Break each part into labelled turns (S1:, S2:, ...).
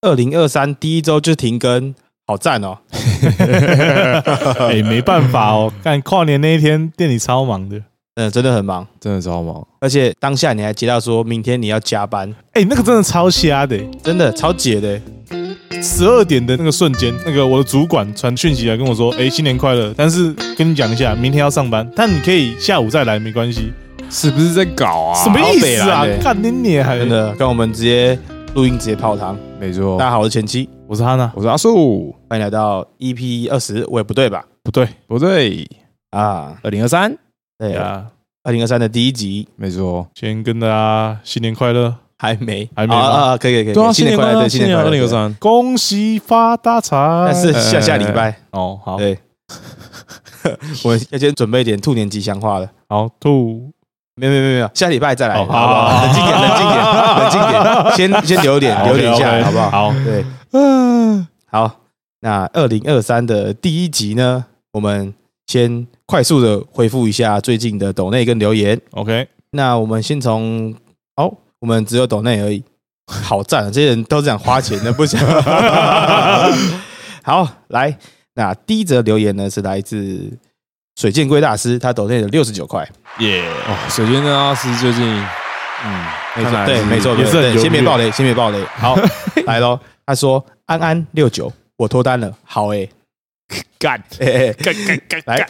S1: 二零二三第一周就停更，好赞哦！
S2: 哎、没办 法哦，干跨年那一天店里超忙的，
S1: 嗯，真的很忙，
S3: 真的超忙。
S1: 而且当下你还接到说明天你要加班，
S2: 哎、那个真的超瞎的、欸
S1: 真的超解的。
S2: 十二点的那个瞬间，那个我的主管传讯息来跟我说：“哎、新年快乐！”但是跟你讲一下，明天要上班，但你可以下午再来，没关系。
S3: 是不是在搞啊？
S2: 什么意思
S1: 好
S2: 啊
S1: 北蓝？欸
S2: 干你你还
S1: 真的，跟我们直接录音直接泡汤。
S3: 没错
S1: 大，家好，我是前妻，
S2: 我是他呢？
S3: 我是阿树，
S1: 欢迎来到 EP 二十，我也不对吧？
S2: 不对
S3: 不对，
S1: 啊，
S3: 二零二三，
S1: 对啊，
S2: 呀，
S1: 二零二三的第一集
S3: 没错。
S2: 先跟大家新年快乐，
S1: 还没，
S2: 还没
S1: 啊
S2: 吗
S1: 啊，啊可以可以可以，
S3: 对啊，
S1: 新年快乐，对，新
S3: 新年
S1: 快
S3: 二
S1: 乐
S3: 零二。三。
S2: 恭喜发大财。
S1: 对但是
S3: 呃
S1: 下下礼拜，
S2: 哦，好
S1: 对，我要先准备一点兔年吉祥话了。
S2: 好吐，
S1: 没有没有没有没有，下礼拜再来，好
S2: 哦
S1: 不好？
S2: 好
S1: 冷静点，冷静点，冷静点，先先留点，留点下来，
S2: OK，OK，
S1: 好不好？
S2: 好，
S1: 对，好，那二零二三的第一集呢，我们先快速的回复一下最近的抖内跟留言。
S2: ，OK，
S1: 那我们先从哦，我们只有抖内而已，好赞啊！这些人都这样花钱的，不想。好，来，那第一则留言呢是来自水箭龟大师，他抖内的六十九块。
S2: 耶，
S3: 哦，水晶的阿斯最近，嗯，
S1: 没
S3: 看
S1: 错，
S3: 来
S1: 对，
S3: 是
S1: 没错，
S2: 也是
S1: 对
S2: 很
S1: 对
S2: 踊
S1: 先别
S2: 跃
S1: 暴雷，先别暴雷。好， 来喽。他说：“安安六九，我脱单了。”好诶、
S2: 干
S1: 欸，哎、欸、
S2: 干干干
S1: 来，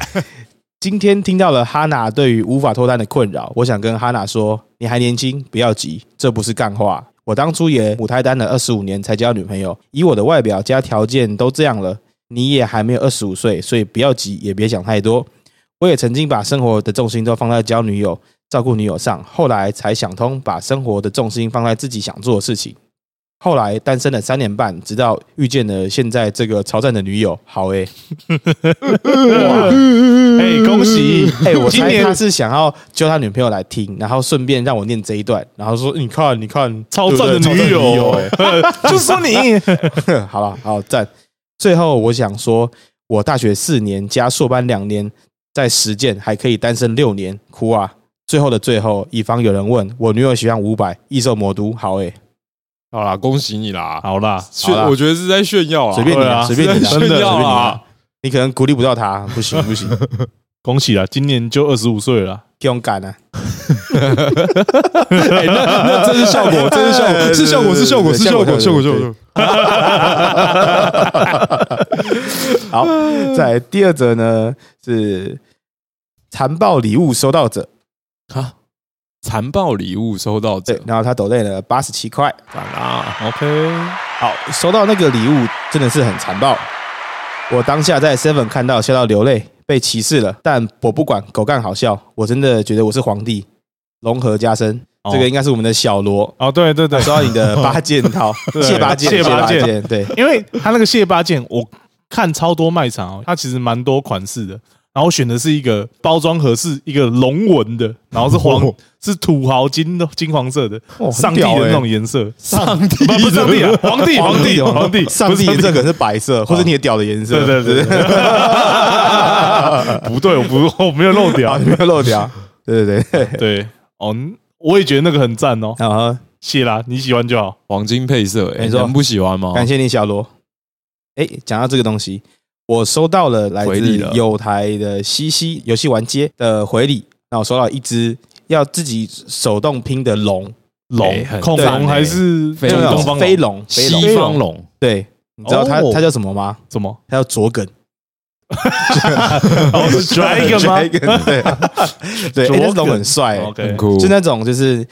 S1: 今天听到了哈娜对于无法脱单的困扰，我想跟哈娜说，你还年轻，不要急，这不是干话。我当初也母胎单了二十五年才交女朋友，以我的外表加条件都这样了，你也还没有二十五岁，所以不要急，也别想太多。我也曾经把生活的重心都放在交女友、照顾女友上，后来才想通，把生活的重心放在自己想做的事情。后来单身了三年半，直到遇见了现在这个超赞的女友，好欸诶、
S2: 哎，恭喜，
S1: 哎、我
S2: 今
S1: 猜
S2: 年
S1: 他是想要叫他女朋友来听，然后顺便让我念这一段，然后说你看，你看，
S2: 超赞的
S1: 对不对
S2: 女
S1: 超赞的
S2: 友，
S1: 哎
S2: 就说你，
S1: 好了，好赞。最后我想说，我大学四年加硕班两年，在实践还可以单身六年，哭啊！最后的最后，以防有人问我女友喜欢伍佰、异兽魔都，好哎、
S3: 好啦，恭喜你啦！
S2: 好啦，
S3: 炫
S1: 好啦，
S3: 我觉得是在炫耀啊，
S1: 随便你
S2: 对
S1: 啊，
S2: 啊
S1: 随便你啊，
S3: 是
S1: 随
S3: 在
S1: 便
S3: 炫
S1: 你
S3: 耀
S1: 啊
S3: 啊，，
S1: 你可能鼓励不到他，不行不行，
S2: 恭喜啦，今年就二十五岁了啦。
S1: 勇敢啊！
S3: 哎那那真是 效果，真是效果，是效果，是效果，是效果，效果，效果。
S1: 好，
S2: 嗯
S1: 在第二则呢是残暴礼物收到者，
S3: 啊！残暴礼物收到者
S1: 对，，然后他抖累了八十七块。
S3: 反啦！
S2: OK，
S1: 好，收到那个礼物真的是很残暴，我当下在 Seven 看到笑到流泪，被歧视了，但我不管，狗干好笑，我真的觉得我是皇帝。融合加深，
S2: 哦
S1: 这个应该是我们的小罗。
S2: 哦，对对对，
S1: 收到你的八件套，
S2: 对
S1: 谢八件，
S2: 谢八件
S1: 件，对，
S2: 因为他那个蟹八件，我看超多卖场哦，它其实蛮多款式的，然后我选的是一个包装盒是一个龙纹的，然后是黄、
S3: 哦
S2: 是土豪金的金黄色的，
S1: 哦很
S2: 上帝
S1: 屌欸
S2: 的那种颜色，
S3: 上帝
S2: 不不是上帝啊，皇帝皇帝
S1: 哦
S2: 皇帝，
S1: 上
S2: 不是
S1: 帝这个是白色，或者你的屌的颜色，
S2: 对对 对对，不对，我不我没有漏
S1: 啊，
S2: 掉
S1: 你，没有漏掉，对对对，
S2: 对，哦，嗯我也觉得那个很赞哦，
S1: 然后
S2: 谢啦，你喜欢就好，
S3: 黄金配色，哎，
S1: 没错
S3: 能不喜欢吗？
S1: 感谢你，小罗。哎，讲到这个东西，我收到了来
S3: 回
S1: 自
S3: 礼了
S1: 有台的西西游戏玩街的回礼，那我收到一只要自己手动拼的龙，
S2: 龙
S3: 哎很
S2: 恐
S1: 赞
S2: 龙
S3: 欸
S2: 还是
S3: 飞龙
S2: 东方
S1: 飞
S2: 龙
S1: 龙，飞龙，
S3: 西方龙，
S1: 对，你知道它
S2: 哦
S1: 它叫什么吗？
S2: 什么？
S1: 它叫左梗，
S2: 哦， 是 dragon 吗
S1: Dragon，对对，
S2: 左
S1: 诶
S2: 梗哦
S1: 那龙很帅，诶
S2: ？OK，
S3: 酷
S1: 就那种就是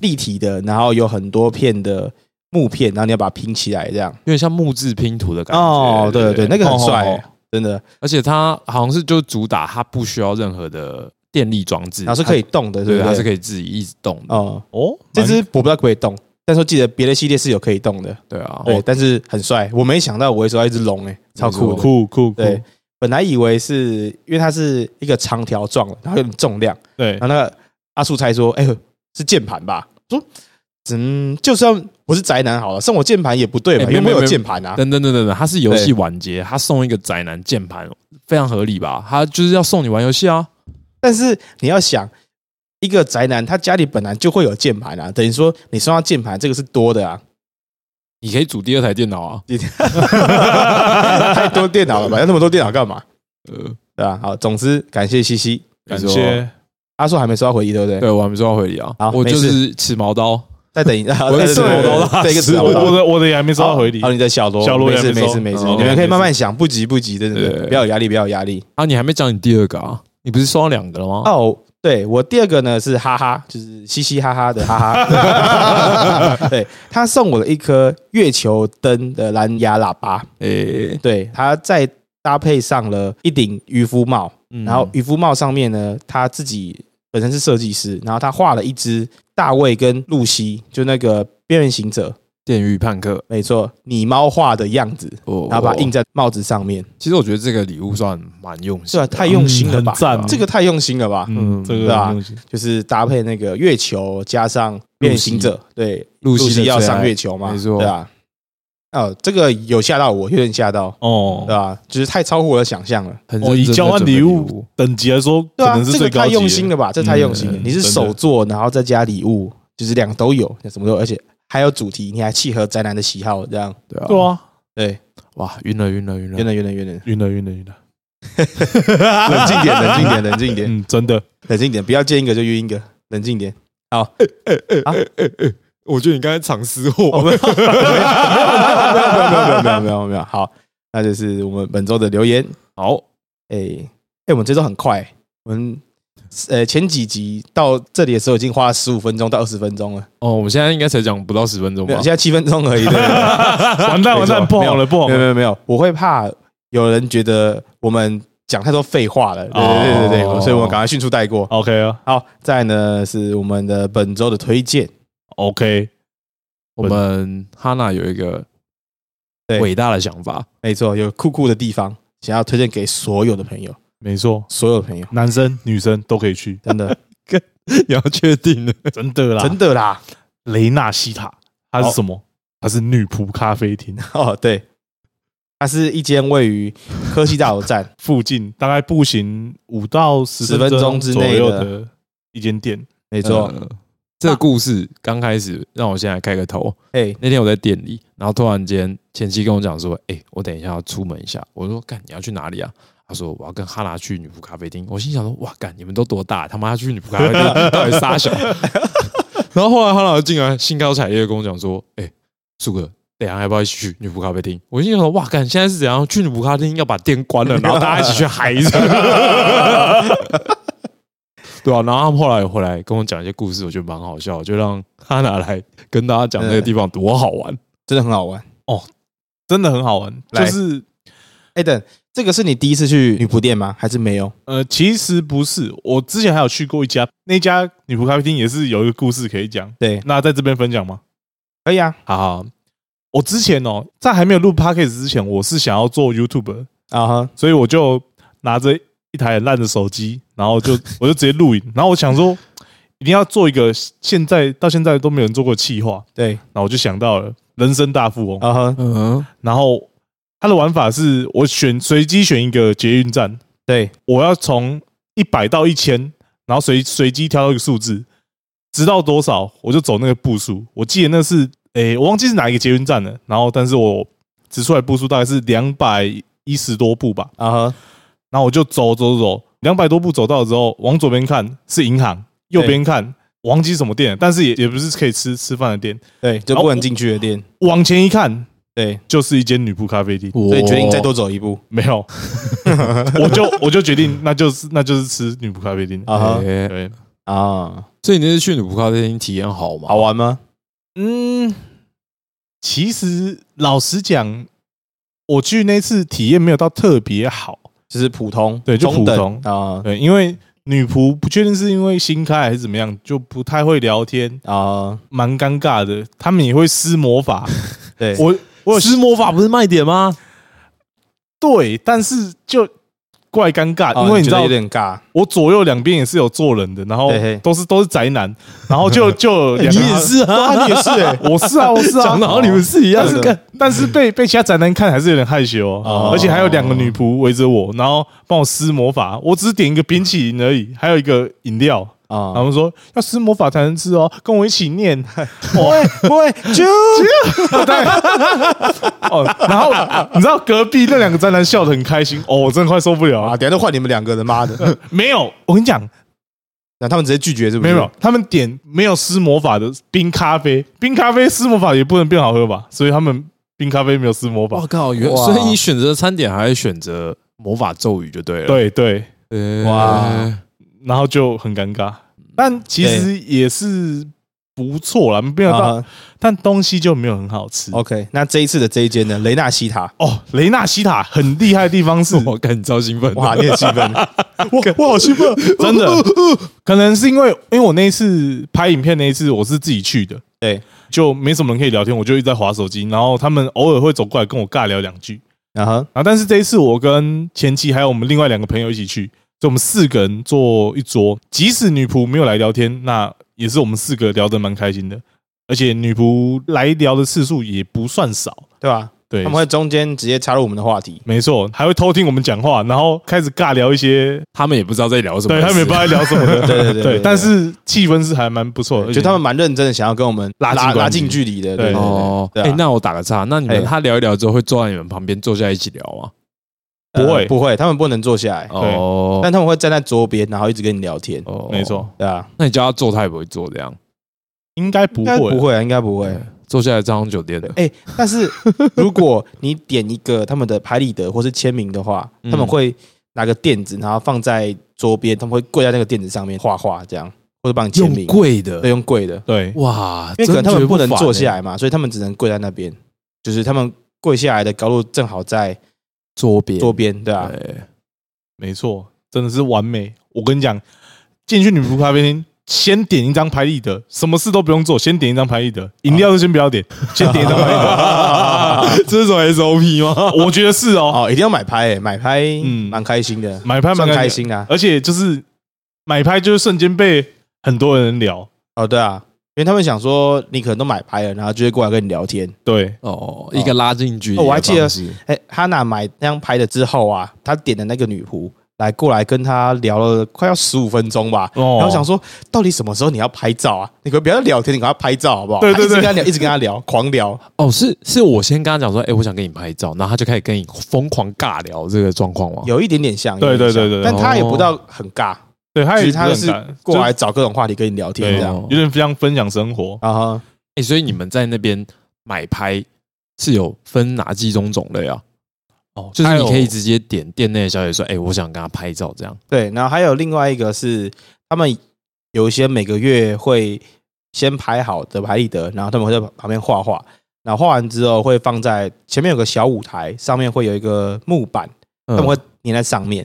S1: 立体的，然后有很多片的木片，然后你要把它拼起来这样。
S3: 有点像木质拼图的感觉。
S1: 哦，对对对，那个很帅、
S2: 哦哦哦
S1: 真的，
S3: 而且它好像是就主打它不需要任何的电力装置，
S1: 然后是可以动的，
S3: 它，
S1: 对
S3: 对，
S1: 不
S3: 它
S1: 对？
S3: 是可以自己一直动的。
S1: 哦、
S2: 哦，
S1: 这
S2: 蛮
S1: 只我不知道可不可以动，但是我记得别的系列是有可以动的，
S3: 对啊，
S1: 对，但是很帅，我没想到我会收到一只龙诶、欸超酷的，
S2: 酷酷酷，
S1: 对。本来以为是因为它是一个长条状的，然后有点重量，
S2: 对
S1: 然后那个阿树猜说：“哎、呦，是键盘吧？”我说：“嗯，就算我是宅男好了，送我键盘也不对吧？
S3: 哎没
S1: 因
S3: 有
S1: 为我
S3: 没
S1: 有
S3: 有
S1: 键盘啊。
S3: 等等等等等，它是游戏完结，它送一个宅男键盘，非常合理吧？它就是要送你玩游戏啊。
S1: 但是你要想，一个宅男他家里本来就会有键盘啊，等于说你送他键盘这个是多的啊。
S3: 你可以组第二台电脑啊。
S1: 太多电脑了吧？要那么多电脑干嘛？
S3: 呃，
S1: 对吧、好，总之感谢西西，
S2: 感
S3: 没错
S2: 谢
S1: 阿硕还没收到回忆，对不对？
S3: 对我还没收到回礼啊
S1: 好，
S3: 我就
S1: 没事
S3: 是齿毛刀，
S1: 再等一，
S3: 我
S1: 再
S3: 也是
S1: 等一
S2: 我
S3: 都拉
S1: 再一个
S3: 屎
S1: 字，
S2: 啊我
S1: 我啊
S2: 我的我的也还没收到回礼
S1: 好，，你的小罗，
S2: 小罗
S1: 没
S2: 也
S1: 事
S2: 没
S1: 没
S2: 收
S1: 事没事，
S3: 哦
S1: 你们可以慢慢想，不急不急，真的
S3: 对
S1: 不要有压力，不要有压力。
S3: 啊，你还没讲你第二个啊？你不是收到两个了吗？
S1: 哦，对我第二个呢是哈哈，就是嘻嘻哈哈的哈哈。 对他送我了一颗月球灯的蓝牙喇叭，
S3: 诶，
S1: 对他再搭配上了一顶渔夫帽，
S3: 嗯
S1: 然后渔夫帽上面呢他自己本身是设计师，然后他画了一只大卫跟露西，就那个边缘行者，
S3: 电狱判客，
S1: 没错，你猫画的样子。
S3: 哦
S1: 然后把它印在帽子上面，
S3: 其实我觉得这个礼物算蛮用
S1: 是
S3: 心
S1: 吧？
S3: 的，
S1: 太用心了吧
S2: 嗯很赞！
S1: 这个太用心了吧！
S2: 嗯，
S3: 哦嗯
S2: 这
S1: 对
S2: 个
S1: 啊
S2: 东西
S1: 就是搭配那个月球加上变形者，对，
S3: 露
S1: 露
S3: 西
S1: 西
S3: 的
S1: 要
S3: 最
S1: 上
S3: 爱
S1: 月球嘛，
S3: 没错
S1: 对啊。哦，这个有吓到我，有点吓到，对
S2: 哦，
S1: 吧？就是太超乎我的想象了，
S3: 很
S2: 哦，
S3: 认
S2: 以
S3: 真地
S2: 交换
S3: 准备
S2: 礼
S3: 礼
S2: 物，等级来说，
S1: 对
S2: 可
S1: 啊，
S2: 能是
S1: 这
S2: 最
S1: 个
S2: 高
S1: 太
S2: 级
S1: 用心了吧？这太用心了，
S2: 嗯
S1: 你是
S2: 真的
S1: 手做，然后再加礼物，就是两个都有，什么都有，而且还有主题，你还契合宅男的喜好，这样
S3: 对啊，
S2: 对，啊，
S1: 对，
S3: 哇，晕了晕了晕了，
S1: 圆了圆了圆了，
S2: 晕了晕了晕 了，
S1: 冷静点，冷静点，冷静点，
S2: 嗯，真的，
S1: 冷静点，不要见一个就晕一个，冷静点。
S3: 我觉得你刚才藏私
S1: 哦
S3: 货，
S1: 没有没有没有没有没有，好，那就是我们本周的留言。
S3: 好，
S1: 哎、哎、我们这周很快、我们呃前几集到这里的时候已经花了十五分钟到二十分钟了，
S3: 哦，我们现在应该才讲不到十分钟
S1: 没
S3: 吧
S1: 有，？现在七分钟而已。对对
S2: 完蛋
S1: 没
S2: 完
S1: 错
S2: 蛋，不好了不好
S1: 对没有没有
S2: 了，
S1: 没有，我会怕有人觉得我们讲太多废话了，对对对对对，
S3: 哦
S1: 所以我们赶快迅速带过。
S2: OK 啊
S1: 好，再来呢是我们的本周的推荐，
S2: ，OK，
S3: 我们哈娜有一个
S1: 对
S3: 伟大的想法，
S1: 没错，有酷酷的地方，想要推荐给所有的朋友，
S2: 没错，
S1: 所有的朋友，
S2: 男生女生都可以去，
S1: 真 的
S3: 你要确定的，
S2: 真的啦，
S1: 真的啦，
S2: 雷纳西塔，它是什么？它是女仆咖啡厅，
S1: 哦对。它是一间位于科技大楼站，
S2: 附近大概步行五到十
S1: 10分钟之
S2: 左
S1: 内
S2: 右
S1: 的
S2: 的一间店。
S1: 没错。
S2: 嗯
S3: 呃这个故事刚开始让我现在开个头。
S1: 哎，
S3: 那天我在店里，然后突然间前妻跟我讲说：“哎、我等一下要出门一下。”我说：“干，你要去哪里啊？”他说：“我要跟哈拿去女仆咖啡厅。”我心想说：“哇，干，你们都多大？他妈去女仆咖啡厅到底傻小？” 然后后来哈拿就进来，兴高采烈地跟我讲说：“哎、树哥，等一下要不要一起去女仆咖啡厅？”我心想说：“哇，干，现在是怎样？去女仆咖啡厅要把店关了，然后大家一起去嗨一下。” 对啊，然后他们后来回来跟我讲一些故事，我觉得蛮好笑的，就让哈拿来跟大家讲这个地方多好玩。
S1: 真的很好玩。
S2: 真的很好玩，
S1: 来
S2: 就是
S1: 哎，等，这个是你第一次去女仆店吗？还是没有？
S2: 呃，其实不是，我之前还有去过一家，那家女仆咖啡厅也是有一个故事可以讲。
S1: 对，
S2: 那在这边分享吗？
S1: 可以啊。
S2: 好好，我之前哦，在还没有录 podcast 之前，我是想要做 YouTube，
S1: 啊哈，
S2: 所以我就拿着一台烂的手机，然后就我就直接录影，然后我想说一定要做一个现在到现在都没有人做过的企划，
S1: 对，
S2: 然后我就想到了人生大富翁，
S1: 啊哈，
S3: 嗯，
S2: 然后它的玩法是我选随机选一个捷运站，
S1: 对，
S2: 我要从一百到一千，然后随随机挑一个数字，直到多少我就走那个步数。我记得那是，诶、我忘记是哪一个捷运站了。然后，但是我指出来步数大概是两百一十多步吧。
S1: 啊哈，
S2: 然后我就走走走，两百多步走到之后，往左边看是银行，右边看我忘记是什么店了，但是也也不是可以吃吃饭的店。
S1: 对，就
S2: 哦
S1: 不能进去的店，
S2: 往前一看，
S1: 对，
S2: 就是一间女仆咖啡厅。
S3: 所
S1: 所以决定再多走一步
S2: 没有， 我就我就决定，那就是那就是吃女仆咖啡厅。
S1: 啊哈
S3: 欸
S2: 哦对，
S1: 啊，
S3: 所以你那次去女仆咖啡厅体验好吗？
S1: 好玩吗？
S2: 嗯，其实老实讲，我去那次体验没有到特别好，
S1: 就是普通，
S2: 对就
S1: 中等
S2: 普
S1: 啊
S2: 对，因为女仆不确定是因为新开还是怎么样，就不太会聊天，
S1: 啊，
S2: 蛮尴尬的。他们也会施魔 法，
S1: 对，
S2: 我我有
S3: 施魔法不是卖点吗？
S2: 对，但是就怪尴尬，
S1: 啊
S2: 哦因为你
S1: 觉
S2: 知
S1: 得
S2: 道
S1: 有点尬，
S2: 我左右两边也是有坐人的，然后
S1: 嘿嘿
S2: 都是都是宅男，然后 就就有两个
S3: 是啊，
S1: 你也是哎，
S2: 我是啊，我是啊，
S3: 讲的好像你们是一样
S2: 但是
S1: 真
S3: 的。
S1: 的
S2: 看，但是被被其他宅男看还是有点害羞、
S1: 哦
S2: 而且还有两个女仆围着我，然后帮我施魔法。我只是点一个冰淇淋而已，还有一个饮料，
S1: 啊
S2: 他们说要施魔法才能吃哦，跟我一起念。
S1: 喂喂，啾
S2: 哦，然后你知道隔壁那两个宅男笑得很开心，哦，我真的快受不了
S1: 啊！
S2: 啊！
S1: 等一下都换你们两个人，妈 的！
S2: 没有，我跟你讲，
S1: 那他们直接拒绝是不
S2: 没
S1: 是？
S2: 有，没有，他们点没有施魔法的冰咖啡，冰咖啡施魔法也不能变好喝吧？所以他们冰咖啡没有施魔
S3: 我
S1: 哦
S2: 法。
S3: 靠，哦原
S1: 哇
S3: 所以你选择餐点还会选择魔法咒语就对了。
S2: 对对，
S3: 对
S1: 哇
S2: 然后就很尴尬，但其实也是不错啦，没有到，
S1: 啊哦
S2: 但东西就没有很好吃。
S1: OK，那这一次的这一间呢，雷纳西 塔，
S2: 哦，雷纳西塔很厉害的地方是，
S1: 哦
S3: 我看你超兴奋的，
S1: 哇，你很兴奋， 我我好兴奋，
S2: 真的，可能是因为因为我那一次拍影片那一次我是自己去的，
S1: 对，
S2: 就没什么人可以聊天，我就一直在划手机，然后他们偶尔会走过来跟我尬聊两句，
S1: 然后
S2: 然后啊但是这一次我跟前妻还有我们另外两个朋友一起去，所以我们四个人坐一桌，即使女仆没有来聊天，那也是我们四个聊得蛮开心的，而且女仆来聊的次数也不算少，
S1: 对吧？
S2: 对，
S1: 他们会中间直接插入我们的话 题，
S2: 没错，还会偷听我们讲话，然后开始尬聊一些，
S3: 他们也不知道在聊什么
S2: 对
S3: 事，
S2: 他们也不知道在聊什么的，
S1: 对对对对
S2: 对
S1: 对，
S2: 但是气氛是还蛮不错的，而且
S1: 就他们蛮认真的想要跟我们
S2: 拉近
S1: 拉
S2: 关
S1: 拉
S2: 系
S1: 近距离的，对
S2: 对
S1: 对对
S3: 哦，
S1: 对
S3: 哎、
S1: 啊
S3: 那我打个岔，那你
S1: 哎
S3: 们他聊一聊之后会坐在你们旁边坐下来一起聊吗？
S1: 呃
S2: 不会
S1: 不会，他们不能坐下来，
S3: 哦，
S1: 但他们会站在桌边，然后一直跟你聊天，
S3: 哦
S2: 没错，，
S1: 对啊，
S3: 那你叫他坐，他也不会坐，这样
S2: 应该不
S1: 应该
S2: 会，
S1: 不，会啊，应该不会。
S3: 坐下来这张酒店的，
S1: 哎，但是如果你点一个他们的拍立得或是签名的话，
S3: 嗯
S1: 他们会拿个垫子，然后放在桌边，他们会跪在那个垫子上面画画，这样或者帮你签名，
S3: 贵的
S1: 对，用跪的，
S2: 对，
S3: 哇，
S1: 因为可能他们不能坐下
S3: 来
S1: 来嘛，所以他们只能跪在那边，就是他们跪下来的高度正好在
S3: 桌边
S1: 桌边，对啊，
S3: 对
S2: 没错，真的是完美。我跟你讲，进去女仆咖啡厅，先点一张拍立得，什么事都不用做，先点一张拍立得，饮料就先不要点，先点一张拍 立得，这是什么 SOP 吗？我觉得是哦，
S1: 哦，一定要买拍、欸，买拍，
S2: 嗯
S1: 蛮开心的，
S2: 买拍蛮
S1: 蛮开
S2: 心，
S1: 心的啊、
S2: 而且就是买拍就是瞬间被很多人聊，
S1: 哦，对啊，因为他们想说你可能都买拍了，然后就会过来跟你聊天。
S2: 对，
S3: 哦，一个拉近距离、
S1: 哦我还记得
S3: 是
S1: 哎、哈娜买那张拍了之后啊，她点的那个女仆来过来跟她聊了快要十五分钟吧。
S2: 哦
S1: 然后想说，到底什么时候你要拍照啊？你可不要聊天，你赶快拍照好不好？
S2: 对对
S1: 她一直
S2: 对
S1: 跟她聊，一直跟她聊，狂聊。
S3: 哦，是是我先跟他讲说，哎、我想跟你拍照，然后他就开始跟你疯狂尬聊这个状况吗？
S1: 有一点点像，
S2: 对
S1: 有一点像
S2: 对对对对
S1: 但他也不到很尬，
S2: 对，他
S1: 其
S2: 也
S1: 实他
S2: 不
S1: 是
S2: 很敢
S1: 过来
S2: 就
S1: 找各种话题跟你聊天
S2: 对，哦
S1: 这样
S3: 哦
S2: 有点像分享生活，
S1: 啊哈。
S3: 哎、所以你们在那边买拍是有分哪几种种类啊？
S2: 哦
S3: 就是你可以
S2: 还有
S3: 直接点店内的小姐说，哎、我想跟她拍照，这样
S1: 对，然后还有另外一个是，他们有一些每个月会先排好的拍立得，然后他们会在旁边画画，然后画完之后会放在前面有个小舞台，上面会有一个木板，
S3: 他
S1: 他
S2: 嗯
S1: 们会粘在上 面，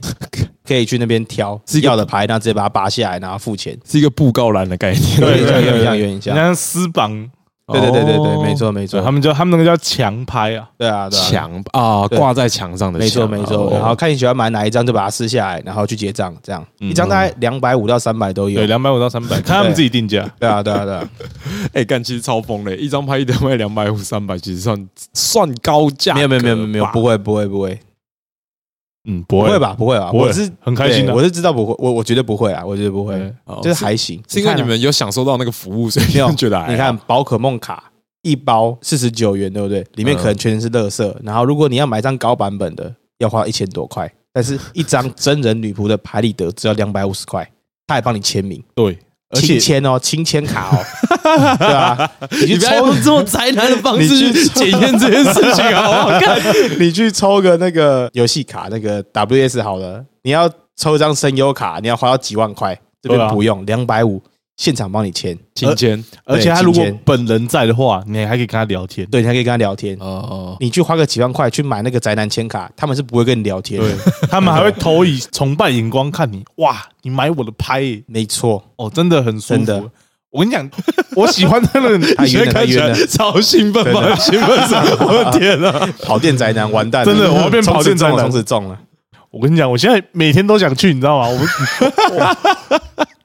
S1: 可以去那边挑
S3: 是一个
S1: 要的牌，然后直接把它拔下来，然后付钱。
S3: 是一个布告栏的概念，
S1: 有点
S2: 对
S1: 像，
S2: 对
S1: 有点像，
S2: 对
S1: 有点
S2: 人
S1: 像。
S2: 家私绑，
S1: 对对对对对，
S3: 哦
S1: 没错没错
S2: 对，他们叫他们那个叫强拍啊，
S1: 对啊对啊，
S3: 墙啊，
S1: 对
S3: 挂在墙上的
S1: 没错
S3: 墙，
S1: 没错。
S3: 哦
S1: 然后看你喜欢买哪一张，就把它撕下来，然后去结账，这样一张大概两百五到三百都有
S2: 嗯对，。两百五到三 百，看他们自己定价。
S1: 对啊对啊对啊，
S3: 哎，干其实超疯嘞，一张拍一张卖两百五、三百，其实算算高价格吧。
S1: 没有没有没有没有，不会不会不会，
S2: 嗯，不
S1: 不
S2: 会
S1: 会？吧？不会吧？啊
S2: 不会
S1: 我是
S2: 很开心的
S1: 对
S2: 啊
S1: 我是知道不会，我我绝对不会啊，我绝对不会
S2: 对，
S3: 哦，
S1: 就是还行。
S3: 是因为
S1: 看啊
S3: 你，们有享受到那个服务，所以
S1: 没有
S3: 你觉得哎还好
S1: 你看宝可梦卡一包四十九元，对不对？里面可能全是垃圾。然后如果你要买张高版本的，要花一千多块，但是一张真人女仆的牌里德只要两百五十块，他还帮你签名，
S2: 对，而
S1: 亲
S2: 且
S1: 签哦，亲签卡 哦，对啊，你去
S3: 你不要
S1: 抽
S3: 用这种宅男的方式
S1: 你去
S3: 去 检验这件事情，好不 好？干
S1: 你去抽个那个游戏卡，那个 WS 好了，你要抽一张声优卡，你要花到几万块，这
S2: 对
S1: 边
S2: 啊
S1: 不用，两百五，现场帮你签，
S3: 亲签
S2: 而且他如
S1: 亲
S2: 果
S1: 签
S2: 本人在的话，你还可以跟他聊天。
S1: 对，你还可以跟他聊天。
S3: 哦，
S1: 你去花个几万块去买那个宅男签卡，他们是不会跟你聊天的。
S2: 对，他们还会投以崇拜眼光看你，哇，你买我的拍耶
S1: 没错，
S2: 哦，真的很舒
S1: 真
S2: 服
S1: 的。
S2: 我跟你讲，我喜欢他 们，
S1: 太
S2: 你
S1: 晕
S2: 会
S1: 了
S2: 看起来
S1: 太晕了
S2: 超兴 奋
S1: 真
S2: 吗？
S1: 的
S2: 兴奋死了！我的天啊！
S1: 跑店宅男完蛋了，
S2: 真的我要变
S1: 从此
S2: 跑店宅
S1: 中了
S2: 男
S1: 从此中了。
S2: 我跟你讲，我现在每天都想去，你知道吗？我 我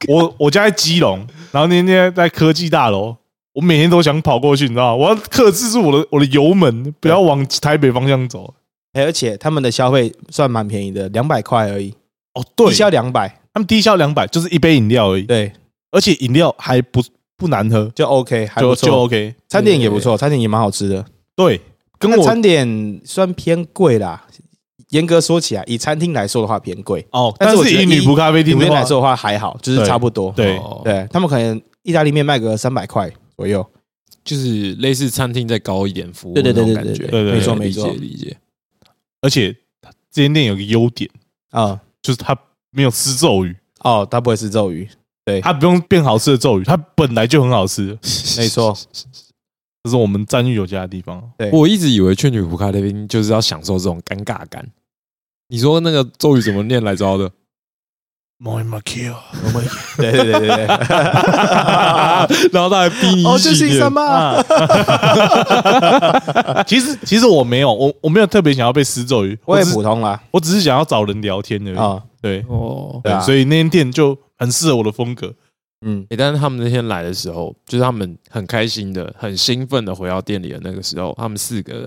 S2: 我我家在基隆，然后那天在科技大楼，我每天都想跑过去，你知道吗？我要克制住我的我的油门，不要往台北方向走。
S1: 哎而且他们的消费算蛮便宜的，两百块而已，
S2: 哦，对
S1: 一，消两百，
S2: 他们低消两百，就是一杯饮料而已。
S1: 对，
S2: 而且饮料还不不难喝，
S1: 就 OK，还
S2: 就
S1: 不
S2: 就
S1: 错。
S2: OK。
S1: 餐点也不错，餐点也蛮好吃的。
S2: 对，跟
S1: 那
S2: 我
S1: 餐点算偏贵啦，严格说起来，以餐厅来说的话偏贵，
S2: 哦，
S1: 但
S2: 但
S1: 是我
S2: 是
S1: 觉得
S2: 以女仆咖啡
S1: 里
S2: 厅的
S1: 面
S2: 话
S1: 来，说的话还好，就是
S2: 对
S1: 差不多。
S2: 对
S3: 哦
S1: 对他们可能意大利面卖个三百块左右，
S3: 就是类似餐厅再高一点服务
S1: 对
S3: 那
S1: 对对
S3: 种
S1: 对
S3: 感
S1: 对
S3: 觉，
S2: 对对
S1: 没错
S3: 理
S1: 没
S3: 解
S1: 错
S3: 理解。
S2: 而且这间店有个优点，
S1: 啊、
S2: 就是它没有施咒语，
S1: 哦，它不会是咒语，
S2: 它不用变好吃的咒语，它本来就很好吃。
S1: 没错，
S2: 这是我们赞誉有加的地方。
S3: 我一直以为去女仆咖啡厅就是要享受这种尴尬感。你说那个咒语怎么念来着的？
S2: m o m a k i
S1: 对对对对对，
S3: 然后他还逼 你
S1: 哦，
S3: 一
S1: 就
S3: 起
S1: 是
S3: 念
S1: 什么？
S2: 其实其实我没有，我我没有特别想要被施咒语，
S1: 我
S2: 我
S1: 也
S2: 只
S1: 普通啦
S2: 我只是想要找人聊天而已。
S1: 啊，
S2: 对，
S3: 哦。
S1: 对啊，
S2: 所以那间店就很适合我的风格。
S1: 嗯，
S3: 欸但是他们那天来的时候，就是他们很开心的、很兴奋的回到店里的那个时候，他们四个人，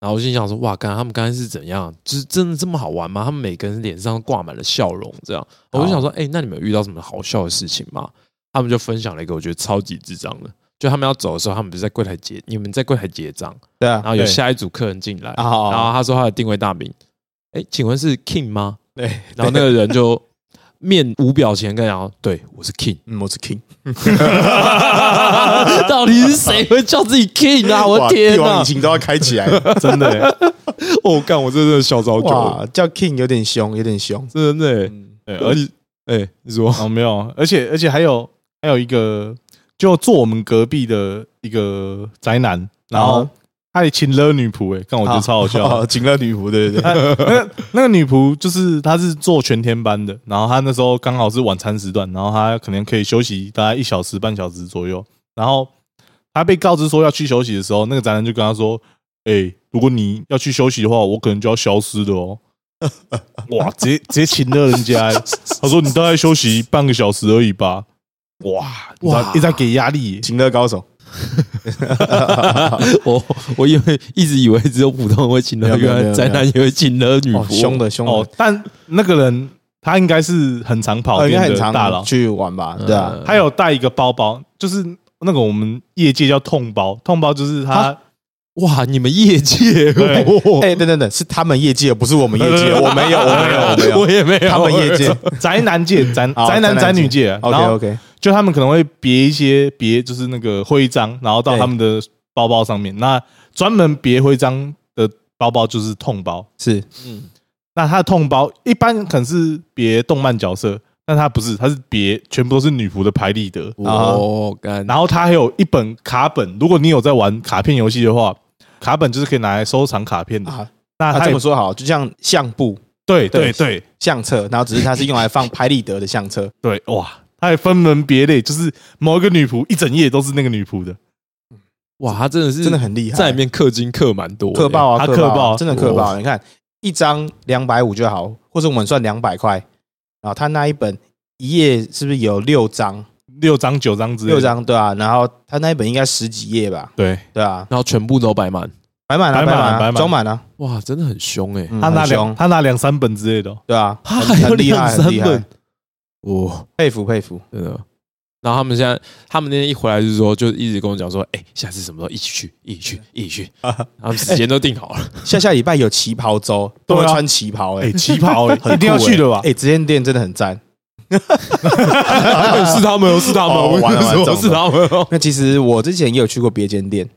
S3: 然后我心想说：哇，刚他们刚才是怎样？就是真的这么好玩吗？他们每个人脸上挂满了笑容，这样，我就想说：哎、那你们有遇到什么好笑的事情吗？他们就分享了一个我觉得超级智障的，就他们要走的时候，他们不是在柜台结，你们在柜台结账，
S1: 对啊
S3: 然，后有
S2: 对
S3: 下一组客人进来，
S1: 啊
S3: 然
S1: 好，好
S3: 后他说他的定位大名，哎、请问是 King 吗？
S1: 对，
S3: 然后那个人就面无表情地跟他讲说：对，我是 King。
S1: 嗯，我是 king，
S3: 到底是谁会叫自己 king 啊？我的天哪！
S1: 情都要开起来，
S2: 真的欸，
S1: 哦
S3: 我干，我真的笑超久了，
S1: 哇，叫 king 有点凶，有点凶，
S3: 真的欸。
S1: 嗯，
S2: 对，而
S3: 而
S2: 且
S3: 且，
S1: 欸
S3: 哎，你说
S2: 哦没有，而且而且还有还有一个，就坐我们隔壁的一个宅男，然后
S1: 啊
S2: 他也请了女仆，哎，看我觉得超好笑。
S1: 哦，请了女仆，对对对，
S2: 那个女仆就是她是做全天班的，然后她那时候刚好是晚餐时段，然后她可能可以休息大概一小时半小时左右。然后她被告知说要去休息的时候，那个宅男就跟她说：“哎、如果你要去休息的话，我可能就要消失的哦。”哇，直接直接请了人家、欸，他说你大概休息半个小时而已吧。哇
S3: 哇
S2: 哇，一直在给压力耶、
S1: 请了高 手，
S3: 我我以为一直以为只有普通人会请了，
S1: 没有没有没
S3: 原来
S1: 有
S3: 宅男也会请了女
S1: 哦，
S3: 仆，
S1: 凶的凶
S2: 哦
S1: 的，，
S2: 但那个人他应该是很常啊跑
S1: 哦，应
S2: 店
S1: 该很
S2: 的大佬
S1: 常，去玩吧，对啊，
S3: 嗯
S2: 他有带一个包包，就是那个我们业界叫痛包，痛包就是他，
S3: 哇！你们业界，
S2: 对
S1: 哎，等等等，是他们业界，不是我们业界，我没有，我没有，啊我没有，
S3: 我也没有，
S1: 他们业界
S2: 宅男界、 宅
S1: 好
S2: 宅男
S1: 哦宅男界
S2: 宅女界啊，
S1: ，OK
S2: 然后
S1: OK，
S2: 就他们可能会别一些别就是那个徽章，然后到
S1: 对
S2: 他们的包包上面。那专门别徽章的包包就是痛包，
S1: 是
S3: 嗯，
S2: 那他的痛包一般可能是别动漫角色，但他不是，他是别全部都是女仆的排立得。
S1: 哦
S3: 啊我干，
S2: 然后它还有一本卡本，如果你有在玩卡片游戏的话，卡本就是可以拿来收藏卡片的。
S1: 啊，
S2: 那
S1: 啊
S2: 它
S1: 这
S2: 也
S1: 么说好，就像相簿
S2: 对
S1: 对
S2: 对对
S1: 相册，然后只是它是用来放拍立得的相册，
S2: 对，哇，它还分门别类，就是某一个女仆一整页都是那个女仆的，
S3: 哇，他真的是
S1: 真的很厉害，
S3: 在里面氪金氪蛮多的，
S1: 克爆啊，
S2: 它
S1: 克
S2: 克
S1: 爆啊，
S2: 爆
S1: 真的克爆啊！你看一张两百五就好，或者我们算两百块，然后他那一本一页是不是有六张？
S2: 六张九张之类的。
S1: 六张对啊，然后他那一本应该十几页吧？
S2: 对，
S1: 对啊，
S3: 然后全部都摆满，
S1: 摆满了，
S2: 摆满
S1: 满
S2: 摆
S1: 了，
S2: 满
S1: 装满了，
S3: 哇，真的很凶哎，
S1: 嗯
S2: 他拿
S1: 很
S2: 两
S1: 凶，
S2: 他拿两三本之类的哦，
S1: 对啊，
S3: 他
S1: 很
S3: 还有
S1: 很厉害，
S3: 两
S1: 很
S3: 三
S1: 厉害
S3: 本，，哇！
S1: 佩服佩服。
S3: 真的。然后他们现在，他们那天一回来就是说，就一直跟我讲说，哎、下次什么时候一起去，一起去，一起去，他们时间都定好了。
S1: 下下礼拜有旗袍周，都会
S2: 对啊
S1: 穿旗袍
S2: 哎，
S1: 哎，
S2: 旗袍 哎，一定要去的吧？
S1: 哎，这间店真的很赞。
S3: 是他们哦，是他们
S1: 哦
S3: 哦，
S1: 完了完了
S3: 我跟你说是他们哦。
S1: 那其实我之前也有去过别间店，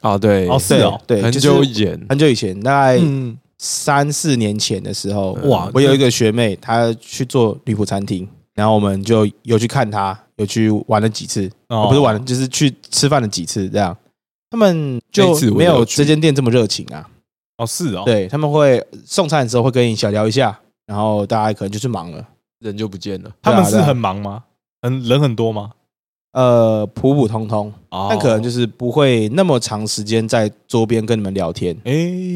S3: 啊，对，
S2: 哦是哦
S1: 对，
S3: 很
S1: 就是
S3: 久以前，
S1: 很久以前，大概
S2: 嗯，
S1: 三四年前的时候，哇
S2: 哇，
S1: 我有一个学妹，她去做女仆餐厅，然后我们就有去看她，有去玩了几次，
S2: 哦
S1: 不是玩了，就是去吃饭了几次，这样。他们
S3: 那
S1: 就
S3: 一次我
S1: 没
S3: 也有
S1: 有
S3: 去
S1: 这间店这么热情啊，
S2: 哦是哦，
S1: 对他们会送餐的时候会跟你小聊一下，然后大家可能就是忙了，
S3: 人就不见了。
S2: 他们
S1: 对
S2: 是
S1: 啊对啊
S2: 很忙吗？很人很多吗？
S1: 呃，普普通通，
S2: 哦
S1: 但可能就是不会那么长时间在桌边跟你们聊天，
S2: 哎，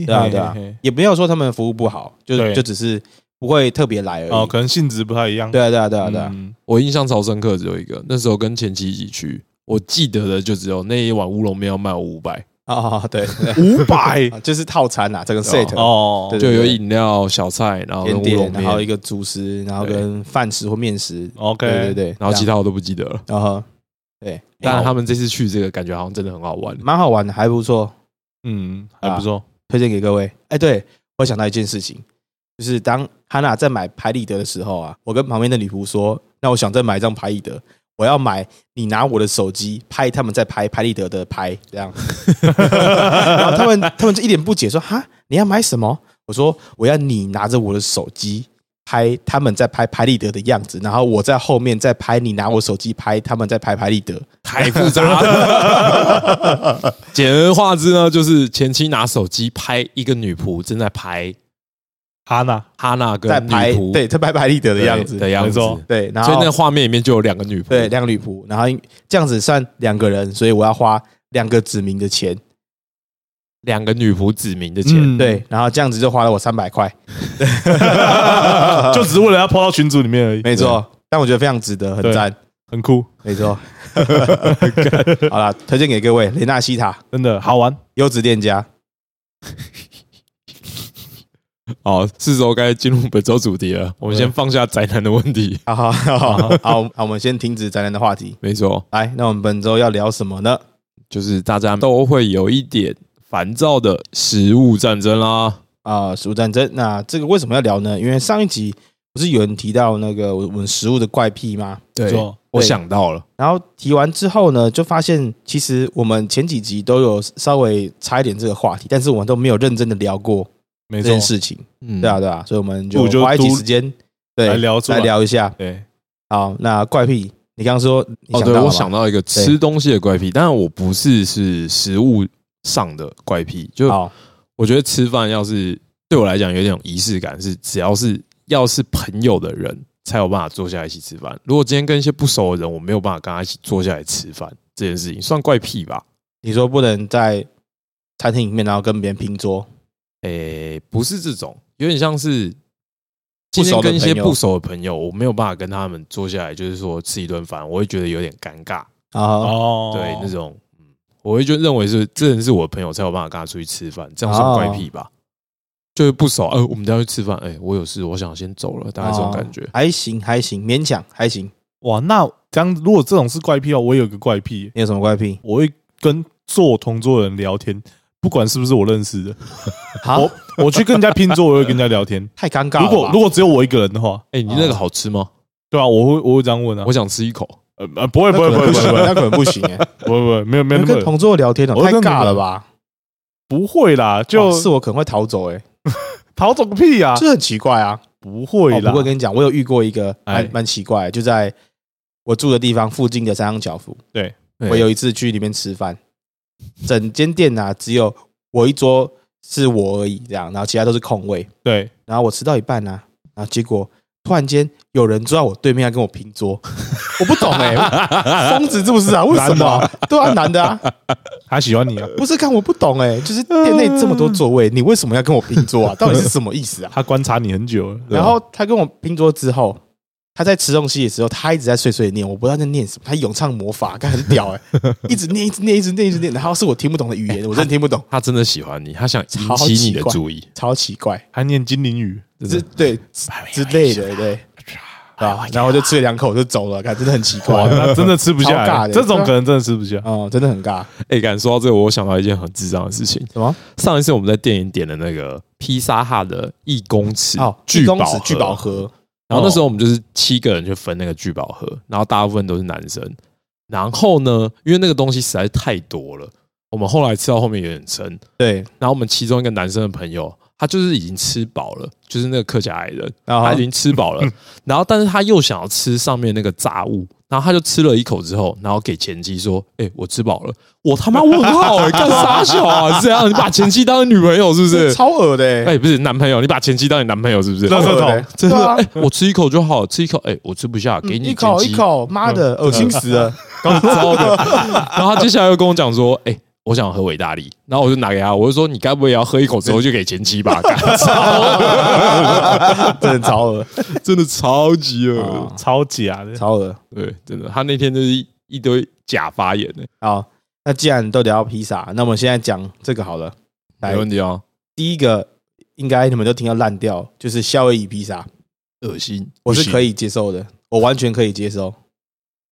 S1: 对啊
S2: 嘿
S1: 对啊
S2: 嘿嘿
S1: 也没有说他们服务不好，就
S2: 对
S1: 就只是不会特别来而
S2: 哦，
S1: 已。
S2: 可能性质不太一样。
S1: 对啊，对啊，对啊，对啊。
S2: 嗯，
S3: 我印象超深刻，只有一个，那时候跟前妻一起去，我记得的就只有那一碗乌龙面要卖我五百，
S2: 嗯
S1: 啊，对， 对
S2: 五百
S1: 啊就是套餐啊，这个 set
S2: 哦
S1: 对
S3: 就有饮料、小菜，然后跟
S1: 甜
S3: 乌
S1: 点，
S3: 龙
S1: 然后一个
S3: 面，
S1: 主食，然后跟饭食或面食，对对
S2: ，OK，
S1: 对，
S3: 然后其他我都不记得了。
S1: 这样，然后呃对，然
S3: 但是
S1: 后
S3: 他们这次去这个感觉好像真的很好玩。
S1: 蛮好玩的，还不错，
S2: 嗯，还不错，
S1: 推荐给各位。哎，对我想到一件事情，就是当汉娜在买拍立得的时候啊，我跟旁边的女仆说，那我想再买一张拍立得。我要买，你拿我的手机拍他们在拍拍立得的拍，这样。 然后他们他们就一脸不解说：“哈，你要买什么？”我说：“我要你拿着我的手机拍他们在拍拍立得的样子，然后我在后面再拍你拿我手机拍他们在拍拍立得。
S3: 太复杂 了。简而化之呢，就是前妻拿手机拍一个女仆正在拍
S1: 啊
S2: 哈娜，
S3: 哈娜跟
S1: 在
S3: 女
S1: 拍
S3: 仆
S1: 对，在拍拍立得的
S3: 对
S1: 样子，
S3: 的样子
S2: 没。错
S1: 对，然
S3: 所以那
S1: 后
S3: 个画面里面就有两个女仆，
S1: 对，两个女仆，然后这样子算两个人，所以我要花两个指名的钱，
S3: 两个女仆指名的钱，
S2: 嗯
S1: 对，然后这样子就花了我三百块，
S2: 就只是为了要抛到群组里面而已，
S1: 没错，但我觉得非常值得，很
S2: 对
S1: 赞，
S2: 很 酷，
S1: 没错。好啦，推荐给各位，雷纳西塔
S2: 真的好玩。
S1: 优质店家，
S3: 哦，是时候该进入本周主题了。我们先放下宅男的问题，
S1: 好好好好好，好我们先停止宅男的话题。
S3: 没错，
S1: 来，那我们本周要聊什么呢？
S3: 就是大家都会有一点烦躁的食物战争啦。
S1: 啊、食物战争。那这个为什么要聊呢？因为上一集不是有人提到那个我我们食物的怪癖吗？
S3: 对
S2: 没错
S3: 我想到了，
S1: 然后提完之后呢，就发现其实我们前几集都有稍微差一点这个话题，但是我们都没有认真的聊过
S2: 没
S1: 这
S2: 错
S1: 件，事情。
S3: 嗯
S1: 对啊，，对啊，所以我们
S2: 不
S1: 就
S2: 如就
S1: 花一集
S2: 读
S1: 时间对
S2: 来聊出来
S1: 来聊一下。
S3: 对，
S1: 好，那怪癖，你刚刚说你
S3: 哦，
S1: 想
S3: 对，
S1: 到了吗
S3: 我想到一个吃东西的怪癖，但是我不是是食物上的怪癖，就
S1: 好，
S3: 我觉得吃饭要是对我来讲有点仪式感，是只要是要是朋友的人才有办法坐下来一起吃饭。如果今天跟一些不熟的人，我没有办法跟他一起坐下来吃饭，这件事情算怪癖吧？
S1: 你说不能在餐厅里面，然后跟别人拼桌。
S3: 诶、不是这种，有点像是今
S1: 不熟
S3: 天
S1: 的
S3: 跟一些
S1: 朋友
S3: 不熟的朋友，我没有办法跟他们坐下来，就是说吃一顿饭，我会觉得有点尴尬。
S1: 啊，
S2: 哦
S3: 对，那种，嗯，我会就认为是这人是我的朋友，才有办法跟他出去吃饭，这样算怪癖吧？就是不熟，呃，我们等一下去吃饭，哎、我有事，我想先走了，大概
S1: 哦
S3: 这种感觉。
S1: 还行还行，勉强还行。
S2: 哇，那这样如果这种是怪癖哦，我也有一个怪癖，
S1: 你有什么怪癖？
S2: 我会跟坐我同桌的人聊天，不管是不是我认识的，
S1: 好，
S2: 我我去跟人家拼桌，我会跟人家聊天。
S1: 太尴尬了吧。
S2: 如果如果只有我一个人的话，
S3: 哎、你
S1: 哦
S3: 那个好吃吗？
S2: 对啊，我会我会这样问啊
S1: 嗯
S3: 我，想吃一口。
S2: 呃呃，不会不会不
S1: 那可
S2: 会
S1: 能
S2: 不
S1: 行
S2: 会
S1: 那可能不行哎。
S2: 不会不会，没有没有
S1: 你
S2: 那
S1: 跟
S2: 么
S1: 同桌聊天哦，
S2: 我
S1: 太
S2: 跟
S1: 尬了吧？
S2: 不会啦，就
S1: 哇哦是我可能会逃走哎，
S2: 逃走个屁啊，
S1: 这很奇怪啊。
S2: 不会
S1: 哦
S2: 啦
S1: 不过，跟你讲，我有遇过一个
S2: 哎
S1: 蛮蛮奇怪的，就在我住的地方附近的三商巧福。我
S3: 哎
S1: 有一次去里面吃饭，整间店呐、只有我一桌是我而已，这样，然后其他都是空位。
S2: 对，
S1: 然后我吃到一半呐、啊然后结果突然间有人坐在我对面要跟我拼 桌，我不懂哎、疯子是不是啊？为什么啊？对啊，男的啊，
S2: 他喜欢你啊，
S1: 不是看我不懂哎、就是店内这么多座位，你为什么要跟我拼桌啊？到底是什么意思啊？
S2: 他观察你很久了，
S1: 然后他跟我拼桌之后，他在吃东西的时候，他一直在碎碎念，我不知道在念什么，他咏唱魔法，干很屌哎、一直念，一直念，一直念，一直念，然后是我听不懂的语言，我真的听不懂，
S3: 他真的喜欢你，他想引
S1: 超
S3: 起
S1: 奇
S3: 你的
S1: 怪
S3: 注意。
S1: 超奇怪，
S2: 他念精灵语，
S1: 之对之之类的，对，啊，然后就吃了两口就走了，感真的很奇
S2: 哇，
S1: 怪，
S2: 那真的吃不下
S1: 超尬
S2: 来，
S1: 的
S2: 这种可能真的吃不下。
S1: 哦，真的很尬，
S3: 哎、敢说到这个，我想到一件很智障的事情。
S1: 什么？
S3: 上一次我们在店里点的那个披萨哈的一公尺
S1: 哦，
S3: 聚
S1: 公
S3: 宝
S1: 子聚宝
S3: 盒
S1: 盒，
S3: 然后那时候我们就是七个人去分那个聚宝盒，然后大部分都是男生。然后呢，因为那个东西实在太多了，我们后来吃到后面有点撑。
S1: 对，
S3: 然后我们其中一个男生的朋友，他就是已经吃饱了，就是那个客家矮人，
S1: 然后
S3: 他已经吃饱了。然后但是他又想要吃上面那个炸物，然后他就吃了一口之后，然后给前妻说：“哎、我吃饱了。”我他妈问号、欸，干啥小啊？这样你把前妻当你女朋友是不
S1: 这
S3: 是？
S1: 超恶的、
S3: 哎、
S1: 欸，
S3: 不是男朋友，你把前妻当你男朋友是不是？
S2: 垃圾
S1: 恶的
S2: 桶
S1: 欸
S3: 真的，
S1: 对啊嗯
S3: 哎、我吃一口就好，吃一口，哎、我吃不下，给你
S1: 一口
S3: 剪辑
S1: 一，口，妈的，恶心死了，
S3: 刚糟的。 然后他接下来又跟我讲说，哎、我想喝维大利，然后我就拿给他，我就说你该不会也要喝一口之后就给前 妻吧？干超
S1: 真的超恶，
S3: 真的超级恶
S1: 哦，
S2: 超假的，
S1: 超恶。
S3: 对，真的，他那天就是一一堆假发言呢、
S1: 好，那既然都聊到披萨，那我们现在讲这个好了。来
S3: 没，问题哦，
S1: 第一个应该你们都听到烂掉，就是夏威夷披萨，
S3: 恶心，
S1: 我
S2: 不
S1: 是
S2: 行
S1: 可以接受的，我完全可以接受。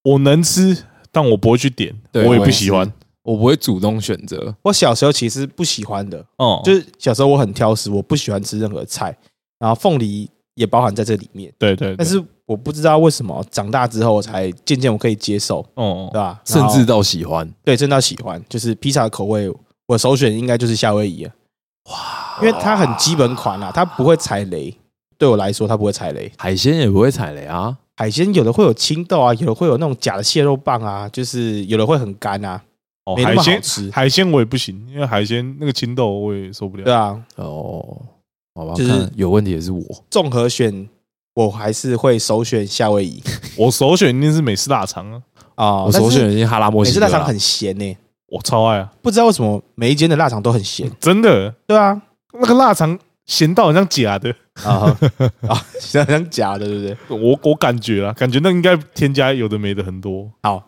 S2: 我能吃，但我不会去点，
S3: 对
S2: 我也
S3: 我
S2: 不
S3: 也
S2: 喜欢。
S3: 我不会主动选择，
S1: 我小时候其实不喜欢的，
S2: 哦，
S1: 就是小时候我很挑食，我不喜欢吃任何菜，然后凤梨也包含在这里面。
S2: 对对，对
S1: 但是我不知道为什么长大之后我才渐渐我可以接受，
S2: 哦
S1: 对，吧？
S3: 甚
S1: 然后
S3: 至到喜欢，
S1: 对，真到喜欢，就是披萨的口味，我首选应该就是夏威夷了。哇，因为它很基本款啊啦、它不会踩雷。对我来说，它不会踩雷。
S3: 海鲜也不会踩雷啊。
S1: 海鲜有的会有青豆啊，有的会有那种假的蟹肉棒啊，就是有的会很干啊，
S2: 哦
S1: 没那
S2: 海
S1: 么好
S2: 鲜
S1: 吃。
S2: 海鲜我也不行，因为海鲜那个青豆我也受不
S1: 对
S2: 了。
S1: 啊，
S3: 哦，好吧，
S1: 就是
S3: 看有问题的是我，
S1: 综合选，我还是会首选夏威夷
S2: 我首选一定是美式大肠啊，
S1: 啊。
S3: 我首选已经哈拉莫
S1: 美
S3: 西
S1: 式
S3: 哥
S1: 大
S3: 啦
S1: 肠很咸呢、
S2: 我超爱啊，
S1: 不知道为什么每一间的腊肠都很咸。
S2: 真的，
S1: 对 啊，
S2: 那个腊肠咸到很像假的，
S1: 啊啊， 像像假的，对不对？
S2: 我我感觉啊，感觉那应该添加有的没的很多。
S1: 好，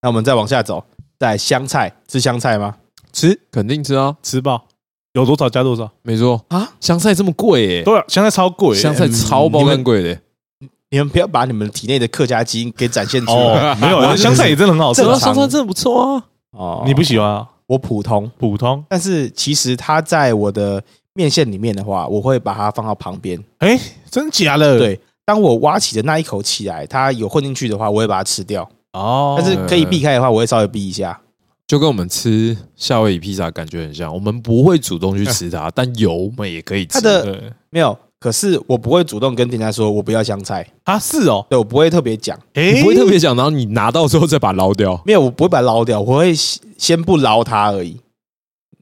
S1: 那我们再往下走，在香菜吃香菜吗？
S3: 吃肯定吃啊，
S2: 吃吧，有多少加多少。
S3: 没错
S1: 啊，
S3: 香菜这么贵耶、
S2: 对啊，香菜超贵欸、
S3: 香菜超爆更贵的耶、
S1: 你们不要把你们体内的客家基因给展现出来
S2: 哦，没有啊，香菜也真的很好吃
S3: 这
S1: 正
S3: 个
S1: 常
S2: 啊。
S3: 香菜真的不错啊，
S1: 哦
S2: 你不喜欢啊？
S1: 我普通，
S2: 普通。
S1: 但是其实它在我的面线里面的话，我会把它放到旁边。
S2: 哎、真假的？
S1: 对，当我挖起的那一口起来，它有混进去的话，我会把它吃掉。
S2: 哦，
S1: 但是可以避开的话，我会稍微避一下。
S3: 就跟我们吃夏威夷披萨感觉很像，我们不会主动去吃它，但有我们也可以吃。
S1: 它的
S2: 对
S1: 没有，可是我不会主动跟店家说我不要香菜，
S2: 啊，是哦，
S1: 对我不会特别讲。
S2: 哎、
S3: 你不会特别想，然后你拿到之后再把它捞掉
S1: 没有，我不会把它捞掉，我会先先不捞它而已，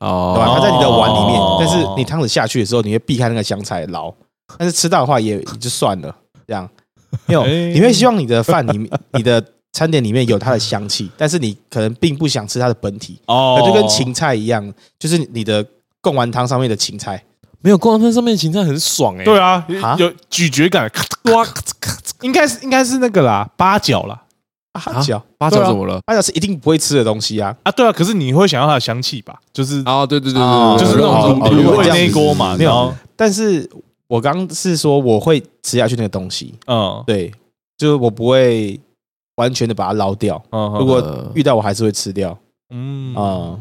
S3: 哦
S1: 对吧？它在你的碗里面
S2: 哦，
S1: 但是你汤匙下去的时候，你会避开那个香菜捞，但是吃到的话也也就算了，这样没有，
S2: 哎
S1: 你会希望你的饭里面、 你的餐点里面有它的香气，但是你可能并不想吃它的本体，
S2: 哦
S1: 可呃就跟芹菜一样，就是你的贡丸汤上面的芹菜，
S3: 没有光盘上面的芹菜很爽哎、
S2: 对啊
S1: 啊，
S2: 有咀嚼感，咔嚓哇，咔嚓咔嚓应该是应该是那个啦，八角啦
S1: 八角，
S3: 八
S2: 对
S3: 角
S2: 啊
S3: 怎么了？
S1: 八角是一定不会吃的东西啊，
S2: 啊，对啊，可是你会想要它的香气吧？就是
S3: 啊，对对对
S1: 哦
S3: 对，
S2: 就是那种
S1: 哦
S2: 卤
S1: 如
S2: 啊卤
S1: 果
S2: 味
S1: 这样
S2: 那一
S1: 子
S2: 锅嘛，
S1: 没有
S2: 然后
S1: 但是我刚刚是说我会吃下去那个东西，
S2: 嗯
S1: 对，就是我不会完全的把它捞掉。
S2: 嗯，
S1: 如果
S3: 呃
S1: 遇到我还是会吃掉
S2: 嗯
S1: 啊、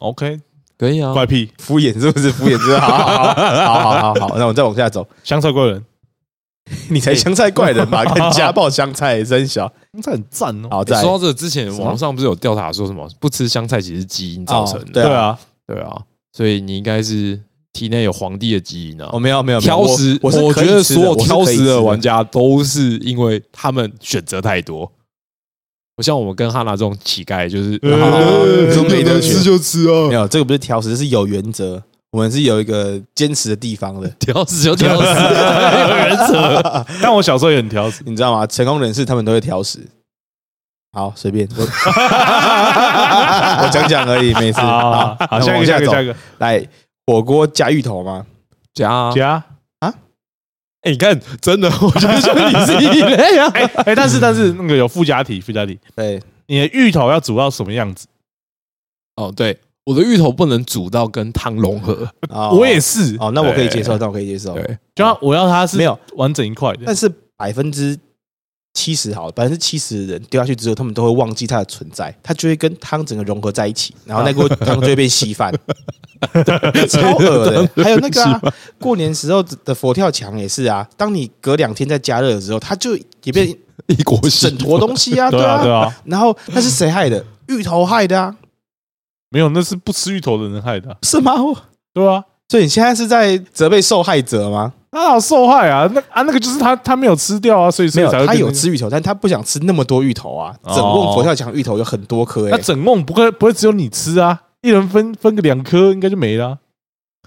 S2: ，OK，
S3: 可以啊，
S2: 怪癖，
S1: 敷衍是不是？敷衍是不是好好好好好好好，那我们再往下走。
S2: 香菜怪人，
S1: 你才香菜怪人吧？跟家暴香菜真小。
S2: 香菜很赞哦，
S1: 好，
S3: 欸
S1: 再来
S3: 说到这，之前
S1: 么
S3: 网上不是有调查说什么不吃香菜其实是基因造成的？
S1: 哦
S2: 对
S1: 对啊
S2: 啊，
S3: 对啊，所以你应该是体内有皇帝的基因啊
S1: 哦我。没有没有没有
S3: 挑食，
S1: 我我是可以
S3: 觉得
S1: 吃
S3: 所有
S1: 我是
S3: 挑
S1: 可以
S3: 食
S1: 吃
S3: 的玩家都是因为他们选择太多。不像我们跟哈娜这种乞丐，就是啊
S2: 呃
S1: 好好好
S2: 呃
S1: 就没得选
S2: 吃就吃
S1: 没
S2: 啊，
S1: 有这个不是挑食，是有原则。我们是有一个坚持的地方的，
S3: 挑食就挑食， 有人扯。
S2: 啊 但我小时候也很挑食，
S1: 你知道吗？成功人士他们都会挑食。好，随便我我讲讲而已，没事。
S2: 好
S1: 好，
S2: 好，
S1: 那
S2: 下一个
S1: 往
S2: 下一个
S1: 走
S2: 下一个，
S1: 来火锅加芋头吗？啊
S3: 加，
S2: 加。
S3: 哎，你看，真的，我觉得你是异类 啊。
S2: 哎哎，但是但是那个有附加题，附加题，
S1: 对，
S2: 你的芋头要煮到什么样子？
S3: 哦，对，我的芋头不能煮到跟汤融合。
S1: 哦
S2: 我也是，
S1: 哦，那我可以
S2: 对
S1: 接受，那我可以接受。
S3: 对，
S2: 就要我要它是
S1: 没有，
S2: 完整一块的，
S1: 但是百分之七十好了，百分之七十的人丢下去之后，他们都会忘记它的存在，它就会跟汤整个融合在一起，然后那锅汤就会变稀 饭，超恶的。还有那个啊、过年时候的佛跳墙也是啊，当你隔两天再加热的时候，它就也变
S3: 一锅稀
S1: 整坨东西啊，
S2: 对啊
S1: 啊。
S2: 对啊，
S1: 然后那是谁害的？芋头害的啊？
S2: 没有，那是不吃芋头的人害的啊，
S1: 是吗？
S2: 对啊，
S1: 所以你现在是在责备受害者吗？
S2: 他好受害啊，那啊那个就是他他没有吃掉啊，所以所
S1: 没
S2: 以
S1: 有，
S2: 才会
S1: 他
S2: 变
S1: 有
S2: 成
S1: 吃芋头，但他不想吃那么多芋头啊。
S2: 哦
S1: 整瓮佛跳墙芋头有很多颗、欸，
S2: 那整瓮不会不会只有你吃啊，一人分分个两颗应该就没了啊。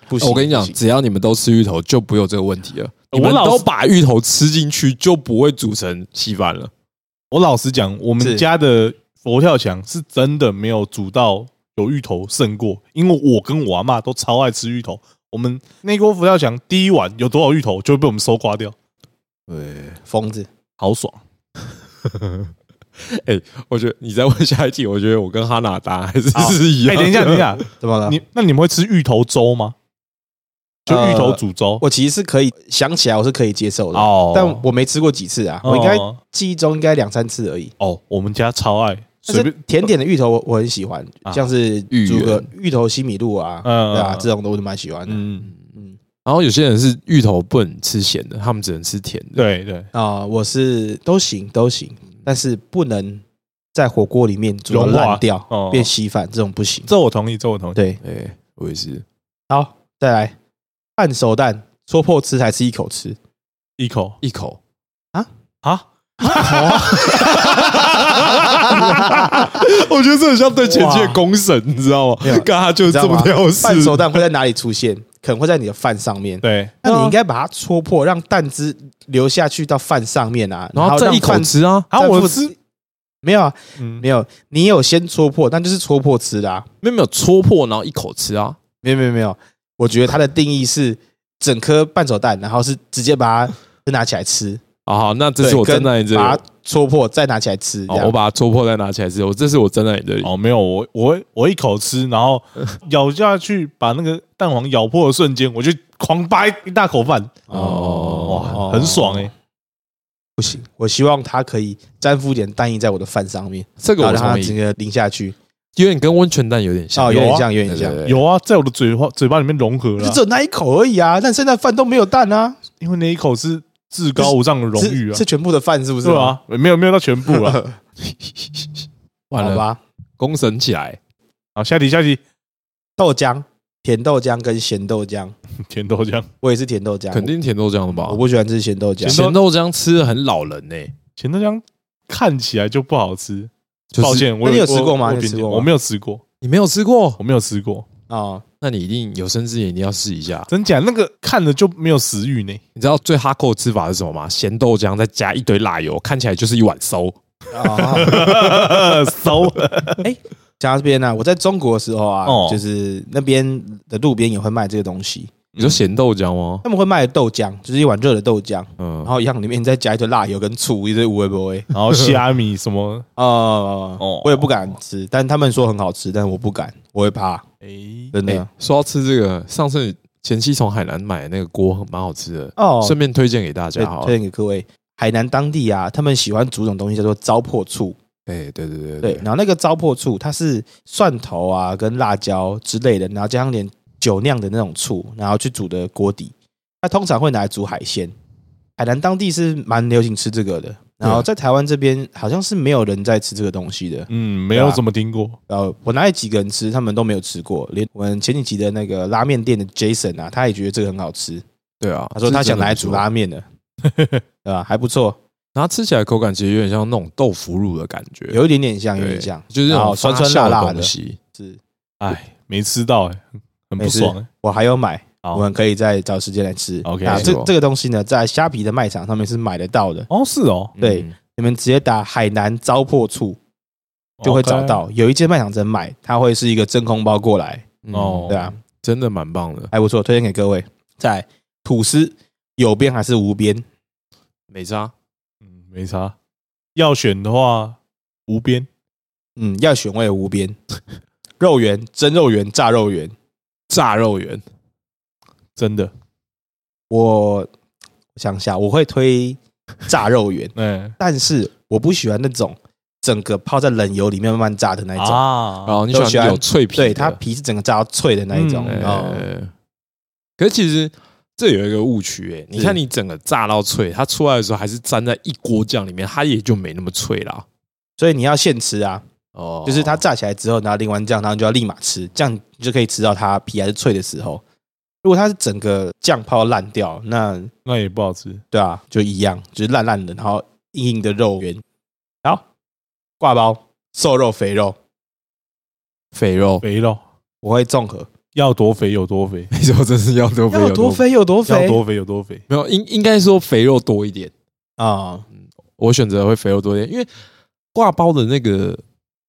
S1: 不行，
S3: 哎我跟你讲
S1: 不，行
S3: 只要你们都吃芋头，就不会有这个问题了。
S2: 呃我
S3: 你们
S2: 老
S3: 都
S2: 是
S3: 把芋头吃进去，就不会煮成稀饭了。
S2: 我老实讲，我们
S1: 是
S2: 家的佛跳墙是真的没有煮到有芋头胜过，因为我跟我阿妈都超爱吃芋头。我们那锅佛跳墙第一碗有多少芋头就会被我们搜刮掉，
S3: 对，
S1: 疯子，
S2: 好爽！
S3: 我觉得你再问下一题，我觉得我跟哈娜答案还是是一
S2: 哎、
S3: 样。
S2: 等一 下，等一，下，
S1: 怎么了？
S2: 你那你们会吃芋头粥吗？就芋头煮粥、
S1: 我其实是可以想起来，我是可以接受的，
S2: 哦
S1: 但我没吃过几次啊，我应该
S2: 哦
S1: 记忆中应该两三次而已。
S2: 哦，我们家超爱
S1: 但
S2: 随
S1: 是
S2: 便
S1: 甜点的芋头我我很喜欢，
S2: 啊
S1: 像是
S3: 芋
S1: 煮个
S3: 圆
S1: 芋头西米露啊，
S2: 嗯
S1: 对啊，
S2: 嗯
S1: 这种的我都蛮喜欢的。
S2: 嗯，
S1: 嗯
S3: 然后有些人是芋头不能吃咸的，他们只能吃甜的。
S2: 对对，
S1: 啊，我是都行都行，但是不能在火锅里面煮到
S2: 融化
S1: 烂掉
S2: 哦
S1: 变稀饭，这种不行。
S2: 这我同意，这我同意。
S1: 对，
S3: 对，哎，我也是。
S1: 好，再来半熟蛋戳破吃才吃一口吃，
S2: 一口
S3: 一口，
S2: 啊，我觉得这很像对
S1: 前妻的
S2: 公审，你知道吗
S1: 没有
S2: 刚他就
S1: 你知道吗？半熟
S2: 蛋，
S1: 蛋会在哪里出现？可能会在你的饭上面。
S2: 对，
S1: 那
S3: 啊
S1: 你应该把它戳破，让蛋汁流下去到饭上面啊，
S3: 然后
S1: 后
S3: 再
S1: 让
S3: 一口
S1: 饭
S3: 吃啊。
S2: 啊，
S1: 再
S2: 我
S1: 附
S2: 吃，
S1: 没有啊，
S2: 嗯
S1: 没有，你有先戳破，但就是戳破吃的啊。
S3: 没有没有戳破，然后一口吃啊。
S1: 没有没有没有，我觉得它的定义是整颗半熟蛋，然后是直接把它拿起来吃，
S3: 啊，好那这
S1: 对
S3: 是我
S1: 跟
S3: 站在你这里，
S1: 把它戳破再拿起来吃，这
S3: 哦我
S1: 样。
S3: 把它戳破再拿起来吃。我这是我站在你这里。
S2: 哦，没有，我我我一口吃，然后 咬下去，把那个蛋黄咬破的瞬间，我就狂掰一大口饭，
S3: 哦
S2: 哇，很爽哎，
S1: 不行，我希望它可以沾附一点蛋液在我的饭上面，
S3: 这个
S1: 然后
S3: 我
S1: 让它
S3: 同
S1: 整
S3: 意，
S1: 个淋下去。
S3: 有点跟温泉蛋有点像
S1: 哦，有
S2: 有
S1: 点
S2: 啊
S1: 像，有
S3: 对
S1: 点
S3: 对
S1: 像，
S3: 对
S2: 有啊，在我的嘴巴嘴巴里面融合
S1: 就
S2: 了
S1: 只，有那一口而已啊。但剩下的饭都没有蛋啊，
S2: 因为那一口是至高无上的荣誉啊
S1: 是，全部的饭是不是？
S2: 对，啊，没有没有到全部啊了。
S3: 啊 完
S1: 好
S3: 了，
S1: 吧，
S3: 攻神起来。
S2: 好，下题下题，
S1: 豆浆、甜豆浆跟咸豆浆，
S2: 甜豆浆，
S1: 我也是甜豆浆，
S3: 肯定甜豆浆的吧
S1: 我。我不喜欢吃咸豆浆
S2: 咸。
S3: 咸豆浆吃的很 老人呢、
S2: 甜豆浆看起来就不好吃，
S3: 就是
S2: 抱歉，我
S1: 那你有
S2: 我
S1: 吃过吗
S2: 我
S1: 你有
S2: 评
S1: 吃
S2: 价
S1: 过吗
S2: 我没有吃过，
S3: 你没有吃过，
S2: 我没有吃过，
S1: 哦，
S3: 那你一定有生之年一定要试一下。
S2: 真假那个看了就没有食欲呢。
S3: 你知道最哈扣的吃法是什么吗？咸豆浆再加一堆辣油，看起来就是一碗馊。
S1: 哦
S2: 熟，
S1: 讲到这边呢、我在中国的时候啊，
S2: 哦
S1: 就是那边的路边也会卖这个东西，
S3: 你说咸豆浆吗？
S1: 他们会卖豆浆，就是一碗热的豆浆，
S3: 嗯
S1: 然，后一样里面再加一堆辣油跟醋，一堆无味不味。
S2: 然后虾米什 么，
S1: 哦、
S2: 哦
S1: 我也不敢吃，但他们说很好吃，但我不敢，我会怕，
S2: 哎，
S1: 真的。
S3: 哎说到吃这个，上次前期从海南买的那个锅蛮好吃的，
S1: 哦，
S3: 顺便推荐给大
S1: 推
S3: 家好了。
S1: 推荐给各位，海南当地啊，他们喜欢煮一种东西叫做糟粕醋，
S3: 哎，对对对
S1: 对，然后那个糟粕醋，它是蒜头啊跟辣椒之类的，然后加上点酒酿的那种醋，然后去煮的锅底。它通常会拿来煮海鲜，海南当地是蛮流行吃这个的。然后在台湾这边好像是没有人在吃这个东西的，
S2: 嗯，没
S1: 啊
S2: 有怎么听过，
S1: 然后我那几个人吃，他们都没有吃过。连我们前几集的那个拉面店的 Jason 啊，他也觉得这个很好吃，
S3: 对啊，
S1: 他说他想拿来
S3: 这
S1: 煮
S3: 真的不错，
S1: 拉面的， 对吧？还不错，
S3: 然后吃起来口感其实有点像那种豆腐乳的感觉，
S1: 有一点点像，
S3: 对
S1: 有点像，
S3: 就是那
S1: 然后
S3: 种
S1: 酸
S3: 发
S1: 酸
S3: 酵
S1: 辣辣
S3: 东
S1: 的。
S3: 西。
S1: 是
S2: 哎，没吃到，哎，很不
S1: 没事
S2: 爽。哎
S1: 我还有买，
S2: 好
S1: 我们可以再找时间来吃。
S2: OK
S1: 那这
S3: 没错
S1: 这个东西呢，在虾皮的卖场上面是买得到的，
S2: 哦，是哦，
S1: 对
S3: 嗯
S1: 你们直接打海南糟粕醋就会找
S2: OK
S1: 到。有一间卖场真卖，它会是一个真空包过来，
S2: 哦
S3: 哦，
S1: 对啊，
S3: 真的蛮棒的，
S1: 还不错，推荐给各位。在吐司有边还是无边？
S3: 美渣。
S2: 嗯，没差。要选的话，无边
S1: 嗯，要选我也无边。 肉圆、蒸肉圆、炸肉圆，
S3: 炸肉圆，
S2: 真的，，
S1: 我想一下，我会推炸肉圆
S2: 哎
S1: 但是我不喜欢那种整个泡在冷油里面慢慢炸的那一种。
S3: 然
S2: 啊，
S3: 后你
S1: 都
S3: 喜
S1: 喜
S3: 欢
S1: 欢
S3: 有脆皮的，
S1: 对，它皮是整个炸到脆的那一种。
S2: 嗯
S1: 哦，
S3: 呃，可是其实这有一个误区诶，你看你整个炸到脆，它出来的时候还是沾在一锅酱里面，它也就没那么脆啦。
S1: 所以你要现吃啊，
S3: 哦
S1: 就是它炸起来之后，然后淋完酱，然后你就要立马吃，这样你就可以吃到它皮还是脆的时候。如果它是整个酱泡烂掉，那
S2: 那也不好吃。
S1: 对啊，就一样，就是烂烂的，然后硬硬的肉圆。好，挂包瘦肉肥肉，
S3: 肥肉，
S2: 肥肉
S1: 我会综合，
S2: 要多肥有多肥，
S3: 肥肉真是要多肥
S1: 要多，肥有多
S2: 要
S1: 肥
S2: 多肥有多肥。
S3: 没有应应该说肥肉多一点，
S1: 啊！
S3: 我选择会肥肉多一点，因为挂包的那个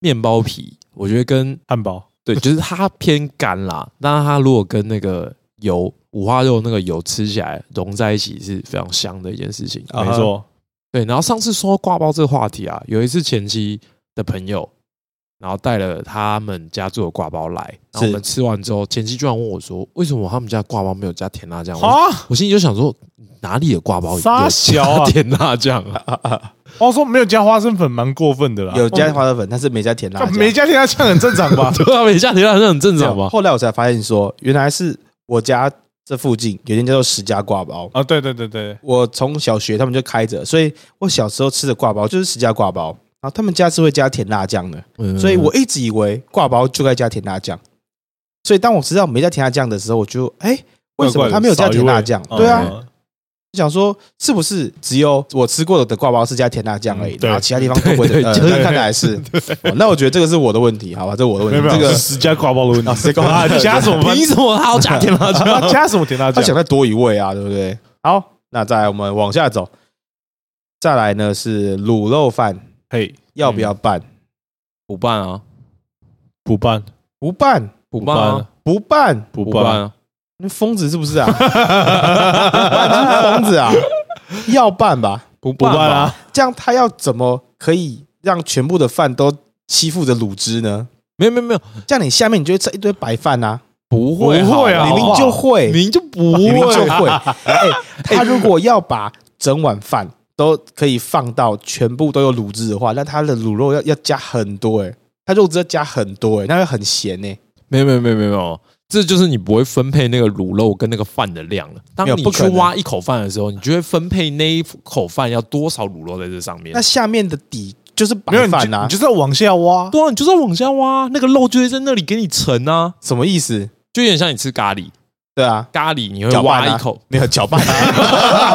S3: 面包皮，我觉得跟
S2: 汉堡
S3: 对，就是它偏干啦，但是它如果跟那个油五花肉那个油吃起来融在一起是非常香的一件事情。
S1: 啊
S2: 没错，
S3: 对，然后上次说挂包这个话题啊，有一次前妻的朋友，然后带了他们家做的挂包来，然后我们吃完之后，前妻居然问我说，为什么他们家挂包没有加甜辣酱？我
S2: 啊！
S3: 我心里就想说，哪里有挂包有
S2: 傻小啊
S3: 加甜辣酱啊？？
S2: 我哦说没有加花生粉，蛮过分的啦。
S1: 有加花生粉，但是没加甜辣
S2: 干
S1: 酱。
S2: 啊没加甜辣酱很正常吧
S3: 对啊，没加甜辣酱很正常吧？
S1: 后来我才发现说，原来是我家这附近有一间叫做十家挂包。
S2: 啊，对对对对，
S1: 我从小学他们就开着，所以我小时候吃的挂包就是十家挂包。然后他们家是会加甜辣酱的，
S3: 嗯
S1: 所以我一直以为挂包就该加甜辣酱。所以当我知道没加甜辣酱的时候，我就哎、为什么他没有加甜辣酱？对啊，
S2: 啊，
S1: 想说是不是只有我吃过的挂包是加甜辣酱而已
S2: 嗯，对
S1: 然后其他地方都不会
S3: 对对
S1: 呃
S3: 对
S1: 那看来是。哦那我觉得这个是我的问题，好吧，这是我的问
S2: 没有
S1: 题。
S2: 没
S1: 这
S2: 有，
S1: 个
S2: 是十加挂包的问
S1: 啊
S2: 题。
S1: 谁管
S2: 啊你加什 么？
S3: 凭什么他要加甜 辣酱？
S2: 啊加什么甜辣
S1: 他想
S2: 酱？
S1: 再多一位啊，对不对？好，那再来我们往下走，再来呢是卤肉饭
S2: 嘿，
S1: 要不要拌？
S3: 不办啊，
S2: 不拌，
S1: 不拌，
S3: 不
S2: 不
S3: 办啊
S2: 拌，，
S1: 不拌，
S2: 不
S3: 不办
S2: 拌，
S3: 啊！
S1: 那疯子是不是啊？ 他是疯子啊，要拌吧？
S3: 不
S2: 不
S3: 办
S2: 拌
S3: 吧
S2: 啊！！
S1: 这样他要怎么可以让全部的饭都欺负着卤汁呢？
S3: 没有没有没有，
S1: 这样你下面你就会吃一堆白饭啊，
S3: 不
S2: 会
S3: 会
S2: 好不会啊
S1: 明明就会，
S3: 明明就不
S1: 明明就
S3: 会，
S1: 会。哎，他如果要把整碗饭都可以放到全部都有卤汁的话，那他的卤肉要要加很多哎、他肉汁要加很多哎、那会很咸哎、
S3: 没有没有没有没有没有，这就是你不会分配那个卤肉跟那个饭的量了。当
S1: 没有
S3: 你
S1: 不
S3: 去
S1: 可能
S3: 挖一口饭的时候，你就会分配那一口饭要多少卤肉在这上面
S1: 那。下面的底就是
S2: 没
S1: 白
S2: 有你就
S1: 饭啊
S2: 你，就是要往下挖。
S3: 对啊，你就是要往下挖，那个肉就会在那里给你盛啊，
S1: 什么意思？
S3: 就有点像你吃咖喱，
S1: 对 啊，
S3: 咖喱你会
S1: 搅拌
S3: 挖
S1: 啊
S3: 一口，
S1: 没有搅拌 啊，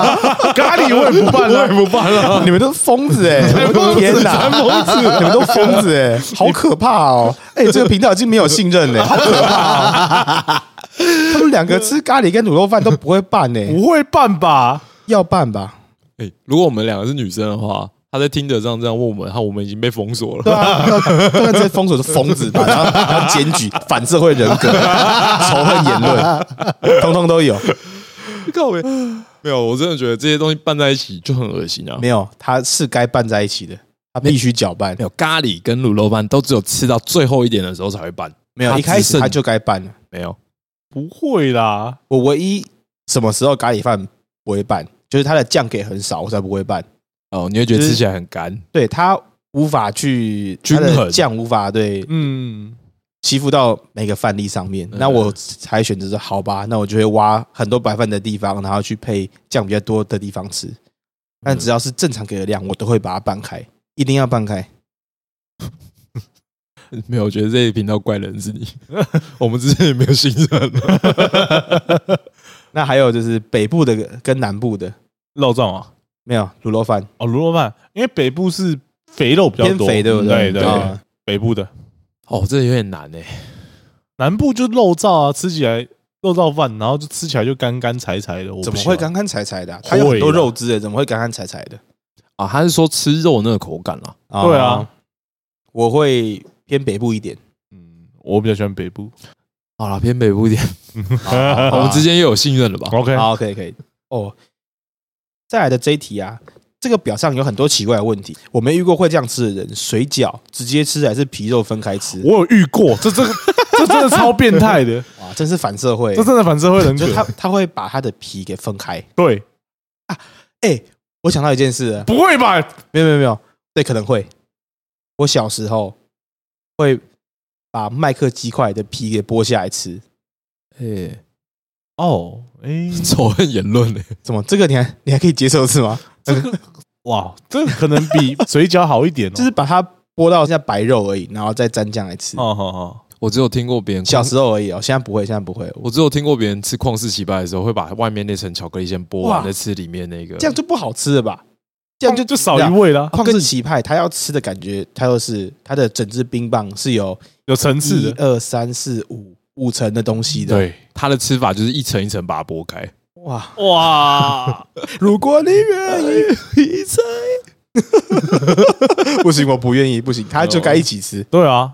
S2: 咖喱我也 不拌啊，
S3: 不办了，
S1: 你们都是疯子 哎、我的天哪，疯子，你们都疯子哎、 好可怕哦！哎、这个频道已经没有信任哎、 好可怕、哦。 他们两个吃咖喱跟卤肉饭都不会拌呢、
S2: 不会拌吧？
S1: 要拌吧？
S3: 哎、如果我们两个是女生的话，她在听着这样这样问我们，然后我们已经被封锁了。
S1: 对啊，要要这些封锁是疯子吧，然后然后检举反社会人格、仇恨言论，通通都有。
S3: 靠北没有，我真的觉得这些东西拌在一起就很恶心啊。
S1: 没有，他是该拌在一起的，他必须搅拌
S3: 没。有咖喱跟卤肉饭都只有吃到最后一点的时候才会拌，
S1: 没有，
S3: 他
S1: 一开
S3: 只
S1: 始
S3: 剩
S1: 他就该拌了。
S3: 没有
S2: 不会啦，
S1: 我唯一什么时候咖喱饭不会拌，就是他的酱给很少，我才不会拌。
S3: 哦，你会觉得
S1: 就是
S3: 吃起来很干。
S1: 对他无法去
S3: 均衡
S1: 它的酱无法对
S2: 嗯，
S1: 欺负到每个饭粒上面，
S3: 嗯
S1: 那我才选择说好吧，那我就会挖很多白饭的地方，然后去配酱比较多的地方吃。
S2: 嗯
S1: 但只要是正常给的量，我都会把它拌开，一定要拌开。
S3: 没有，我觉得这个频道怪人是 你，我们之前也没有信任。
S1: 那还有就是北部的跟南部的，
S2: 肉燥啊，
S1: 没有卤肉饭
S2: 哦，卤肉饭，因为北部是肥肉比较
S1: 偏
S2: 多，
S1: 肥，对不
S2: 对？
S1: 对？
S2: 对对，
S1: 啊
S2: 北部的，
S3: 哦，这有点难诶、
S2: 南部就肉燥啊，吃起来肉燥饭，然后就吃起来就干干柴柴的，我不
S1: 怎么
S2: 喜
S1: 会
S2: 欢？
S1: 干干柴柴的啊？它有很多
S2: 会啦
S1: 肉汁的，怎么会干干柴柴的？
S3: 啊，他是说吃肉那个口感啦、
S2: 对啊，，
S1: 哦我会偏北部一点。
S2: 嗯，我比较喜欢北 部。
S3: 好了，偏北部一 点，我们之间又有信任了吧？
S2: OK，
S1: 好，可以可以。哦，再来的这一题啊，这个表上有很多奇怪的问题，我没遇过会这样吃的人。水饺直接吃还是皮肉分开吃？
S2: 我有遇过，这这个这真的超变态 的，
S1: 哇，真是反社会
S2: 这。真的反社会 人
S1: 就
S2: 格
S1: 是。他他会把他的皮给分开。
S2: 对，
S1: 哎，我想到一件事了，
S2: 不会吧？
S1: 没有没有没有，对，可能会。我小时候会把麦克鸡块的皮给剥下来吃。
S3: 哎、
S2: 哦，哎，
S3: 仇恨言论欸诶、
S1: 怎么？这个你还你还可以接受是吗？
S2: 哇，这个可能比水饺好一点哦。
S1: 就是把它剥到像白肉而已，然后再蘸酱来吃。
S2: 哦，好好，
S3: 我只有听过别人
S1: 小时候而已哦，现在不会，现在不会。我
S3: 我只有听过别人吃旷世奇葩的时候，会把外面那层巧克力先剥完，
S1: 哇
S3: 再吃里面那个。
S1: 这样就不好吃了吧？这样就啊
S2: 哦就少一味啦，
S1: 旷世奇派，他要吃的感觉，它就是它的整只冰棒是有
S2: 有层次
S1: 一
S2: 的。
S1: 二三四五五层的东西的。，
S3: 对他的吃法就是一层一层把它剥开。
S1: 哇！
S2: 哇，
S1: 如果你愿意一层，不行，我不愿意，不
S2: 哦
S1: 行，他就该一起吃。
S2: 对啊，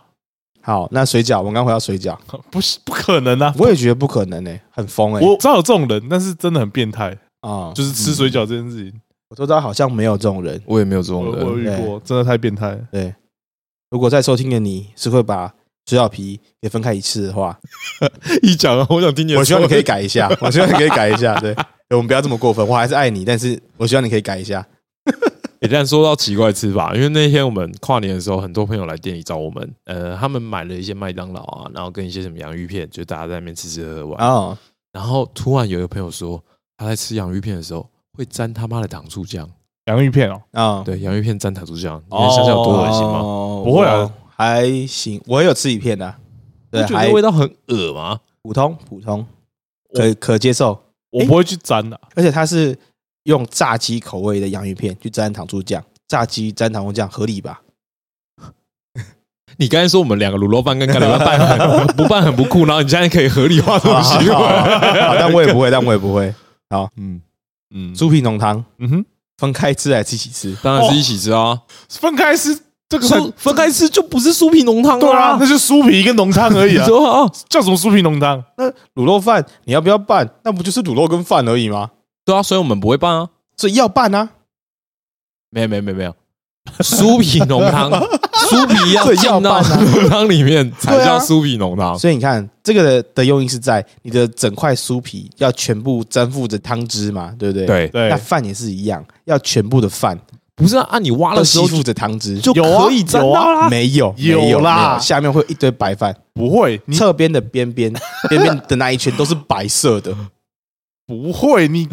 S1: 好，那水饺，我们刚回到水饺，
S2: 不是不可能啊！
S1: 我也觉得不可能呢、很疯哎、
S2: 我知道有这种人，但是真的很变态，
S1: 啊、
S2: 就是吃水饺这件事情。
S1: 我周遭好像没有这种人。
S3: 我也没有这
S2: 我
S3: 种
S2: 我有
S3: 人，
S2: 遇过，真的太变态了。
S1: 对，如果在收听的你是会把水饺皮给分开一次的话，
S3: 一讲啊，我想听你的
S1: 我希望你可以
S3: 说
S1: 改一 下，我希望你可以改一下。对，我们不要这么过分，我还是爱你，但是我希望你可以改一下。
S3: 欸，但说到奇怪吃法，因为那天我们跨年的时候，很多朋友来店里找我们，呃，他们买了一些麦当劳啊，然后跟一些什么洋芋片，就大家在那边吃吃喝喝玩。
S1: 哦，
S3: 然后突然有一个朋友说，他在吃洋芋片的时候会沾他妈的糖醋酱，
S2: 洋芋片哦，
S1: 啊，
S3: 对，洋芋片沾糖醋酱，你能想象有多恶心吗？
S1: 哦
S2: 不会啊，
S1: 我还行，我也有吃一片的、啊
S3: 你
S1: 对，
S3: 觉
S1: 还
S3: 得味道很恶吗？
S1: 普通普通，可可接受，
S2: 我不会去沾啊的。
S1: 而且它是用炸鸡口味的洋芋片去沾糖醋酱，炸鸡沾糖醋酱合理 吧？
S3: 你刚才说我们两个卤肉饭跟咖喱饭很不拌很不酷，然后你现在可以合理化这种行
S1: 好好好好
S3: 为。
S1: 但我也不会，但我也不会。
S3: 嗯嗯，
S1: 猪皮浓汤
S2: 嗯哼，
S1: 分开吃还是一起吃？
S3: 当然是一起吃啊，
S2: 分开吃这个很
S3: 分分开吃就不是酥皮浓汤
S2: 对啊，
S3: 啦，
S2: 那。就是酥皮跟浓汤而已啊
S3: 说啊，
S2: 叫什么酥皮浓汤？
S1: 那卤肉饭你要不要拌？那不就是卤肉跟饭而已吗？
S3: 对啊，所以我们不会拌啊。
S1: 所以要拌啊，
S3: 没有没有没有没 有，酥皮浓 汤，酥皮要
S1: 这
S3: 进
S1: 要
S3: 到
S1: 拌啊
S3: 浓汤里面才
S1: 对啊
S3: 叫酥皮浓汤。
S1: 所以你看，这个的的用意是在你的整块酥皮要全部粘附着汤汁嘛，对不对？。
S3: 对，啊
S2: 对
S1: 那，饭也是一样，要全部的饭
S3: 不是啊，啊你挖
S1: 都
S3: 的时
S1: 吸
S3: 候
S1: 附着汤汁，
S3: 就
S2: 有啊
S3: 可以沾到啦。
S1: 没有
S2: 有
S1: 没有
S2: 啦
S1: 没有下面会有一堆白饭，
S2: 不会，你
S1: 侧边的边边边边的那一圈都是白色的。
S2: 不会，你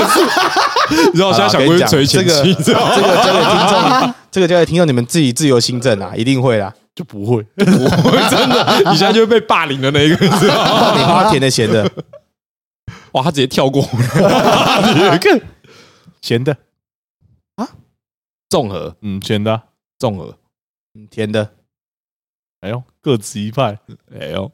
S3: 你知道我现在想
S1: 好
S3: 过
S1: 啦
S3: 去捶前
S1: 跟
S3: 妻，
S1: 你
S3: 你知 道吗
S1: 这个交给听众， 这个交给听众，你们自己自由新政啊，一定会啦。
S2: 就不 会。
S3: 真的，你现在就会被霸凌的那一个，你知道吗？
S1: 到底花甜的咸的，
S3: 哇，他直接跳过
S2: 看 咸的，啊
S3: 综合
S2: 嗯，咸的啊。
S3: 综合。
S1: 嗯甜的
S2: 哎呦，各执一派。
S3: 哎呦，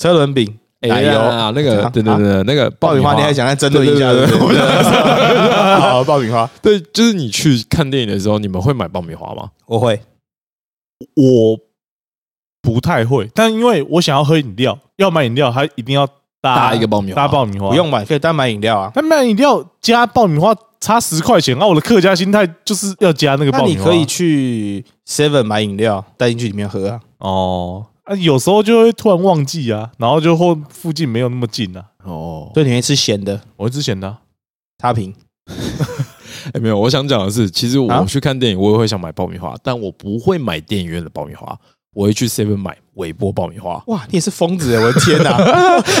S1: 车轮饼、
S3: 哎
S1: 奶
S3: 呦
S1: 油
S3: 啊，那个
S1: 啊
S3: 等等等等，那个
S1: 爆
S3: 爆
S1: 米
S3: 米
S1: 花，
S3: 花，
S1: 你还想再争论一下？
S3: 对对
S1: 对
S3: 对
S1: 不
S3: 对对
S1: 好，爆米花
S3: 对，就是你去看电影的时候，你们会买爆米花吗？
S1: 我会，
S2: 我不太会，但因为我想要喝饮料，要买饮料，还一定要搭
S3: 搭一个爆米花
S2: 搭爆米花。
S1: 不，用买，可以单买饮料啊。
S2: 那买饮料加爆米花差十块钱，那、啊我的客家心态就是要加那个
S1: 那
S2: 爆米
S1: 你
S2: 花。
S1: 可以去 Seven 买饮料，带进去里面喝啊。
S2: 哦，啊，有时候就会突然忘记啊，然后就或附近没有那么近啊。
S3: 哦，
S1: 所以你会吃咸的，
S2: 我之前的啊、
S1: 差评。
S3: 哎，没有，我想讲的是，其实我
S1: 啊。
S3: 去看电影，我也会想买爆米花，但我不会买电影院的爆米花，我会去 Seven 买微波爆 米花
S1: 哇，你也是疯子哎！我的天哪，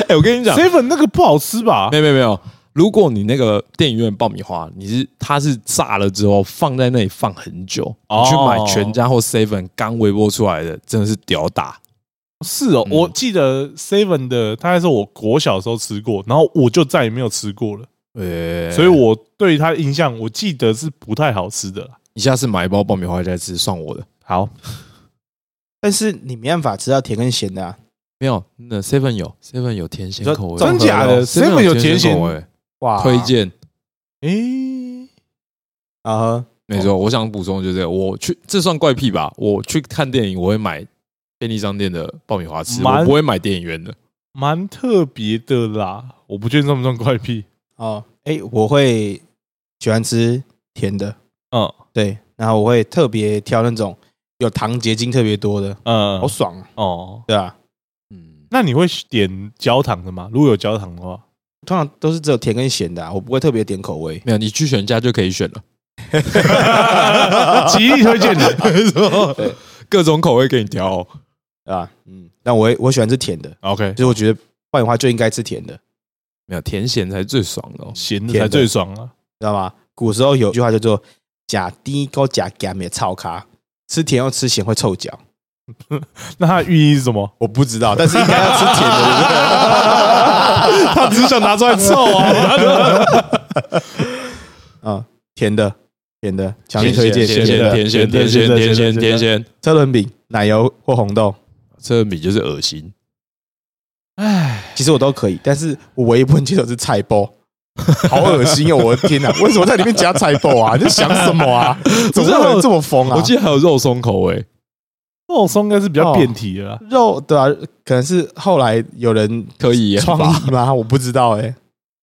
S3: 哎，我跟你讲，
S2: seven 那个不好吃吧
S3: 没？有没有没有，如果你那个电影院爆米花，你是它是炸了之后放在那里放很久，
S2: 哦
S3: 你去买全家或 Seven 刚微波出来的，真的是屌打。
S2: 是哦，
S3: 嗯
S2: 我记得 seven 的大概是我国小的时候吃过，然后我就再也没有吃过了，
S3: 呃，
S2: 所以我对它的印象，我记得是不太好吃的啦。
S3: 你下次买一包爆米花回家吃，算我的。
S2: 好，
S1: 但是你没办法吃到甜跟咸的啊。
S3: 没有，那 Seven 有 Seven 有甜咸
S1: 你说
S3: 口味，
S1: 综
S2: 真
S1: 合
S2: 假的
S1: 哦
S2: seven 有甜咸啊
S3: 口味，
S1: 哇，
S3: 推荐。
S2: 诶、
S1: 啊呵！
S3: 没错，我想补充的就是这个，我去这算怪癖吧？我去看电影，我会买便利商店的爆米花吃，
S2: 蛮
S3: 我不会买电影院的。
S2: 蛮特别的啦，我不确定算不算怪癖。
S1: 哦，哎，我会喜欢吃甜的，
S2: 嗯
S1: 对，然后我会特别挑那种有糖结晶特别多的，
S2: 嗯
S1: 好，爽啊，
S2: 哦，
S1: 对啊，
S3: 嗯，
S2: 那你会点焦糖的吗？如果有焦糖的话，
S1: 通常都是只有甜跟咸的啊，我不会特别点口味。
S3: 没有，你去全家就可以选了，
S2: 极力推荐你。
S1: 对
S3: 各种口味给你挑哦。
S1: 啊，嗯，但我会我喜欢吃甜的，
S2: OK，
S1: 就是我觉得爆米花就应该吃甜的，
S3: 没有甜咸才是最爽的哦。
S2: 咸的才最爽啊！
S1: 知道吗？古时候有句话叫做“假低高假干也操咖”，吃甜又吃咸会臭脚。
S2: 那它的寓意是什么？
S1: 我不知道，但是应该要吃甜的， 对不对？
S2: 他只是想拿出来凑啊！
S1: 啊，甜的，甜的，强
S3: 甜
S1: 烈推荐。
S3: 咸
S1: 甜的
S3: 甜咸甜咸甜咸甜咸，
S1: 车轮饼、奶油或红豆，
S3: 这米就是恶心。
S1: 其实我都可以，但是我唯一不能接受的是菜包。好恶心哦！我的天哪，为什么在里面加菜包啊？你在想什么啊？怎么会有人这么疯啊？
S3: 我记得还有肉松口味，
S2: 肉松应该是比较变体的啦。
S1: 肉对啊，可能是后来有人
S3: 可以
S1: 创
S3: 吧？
S1: 意吗？我不知道哎、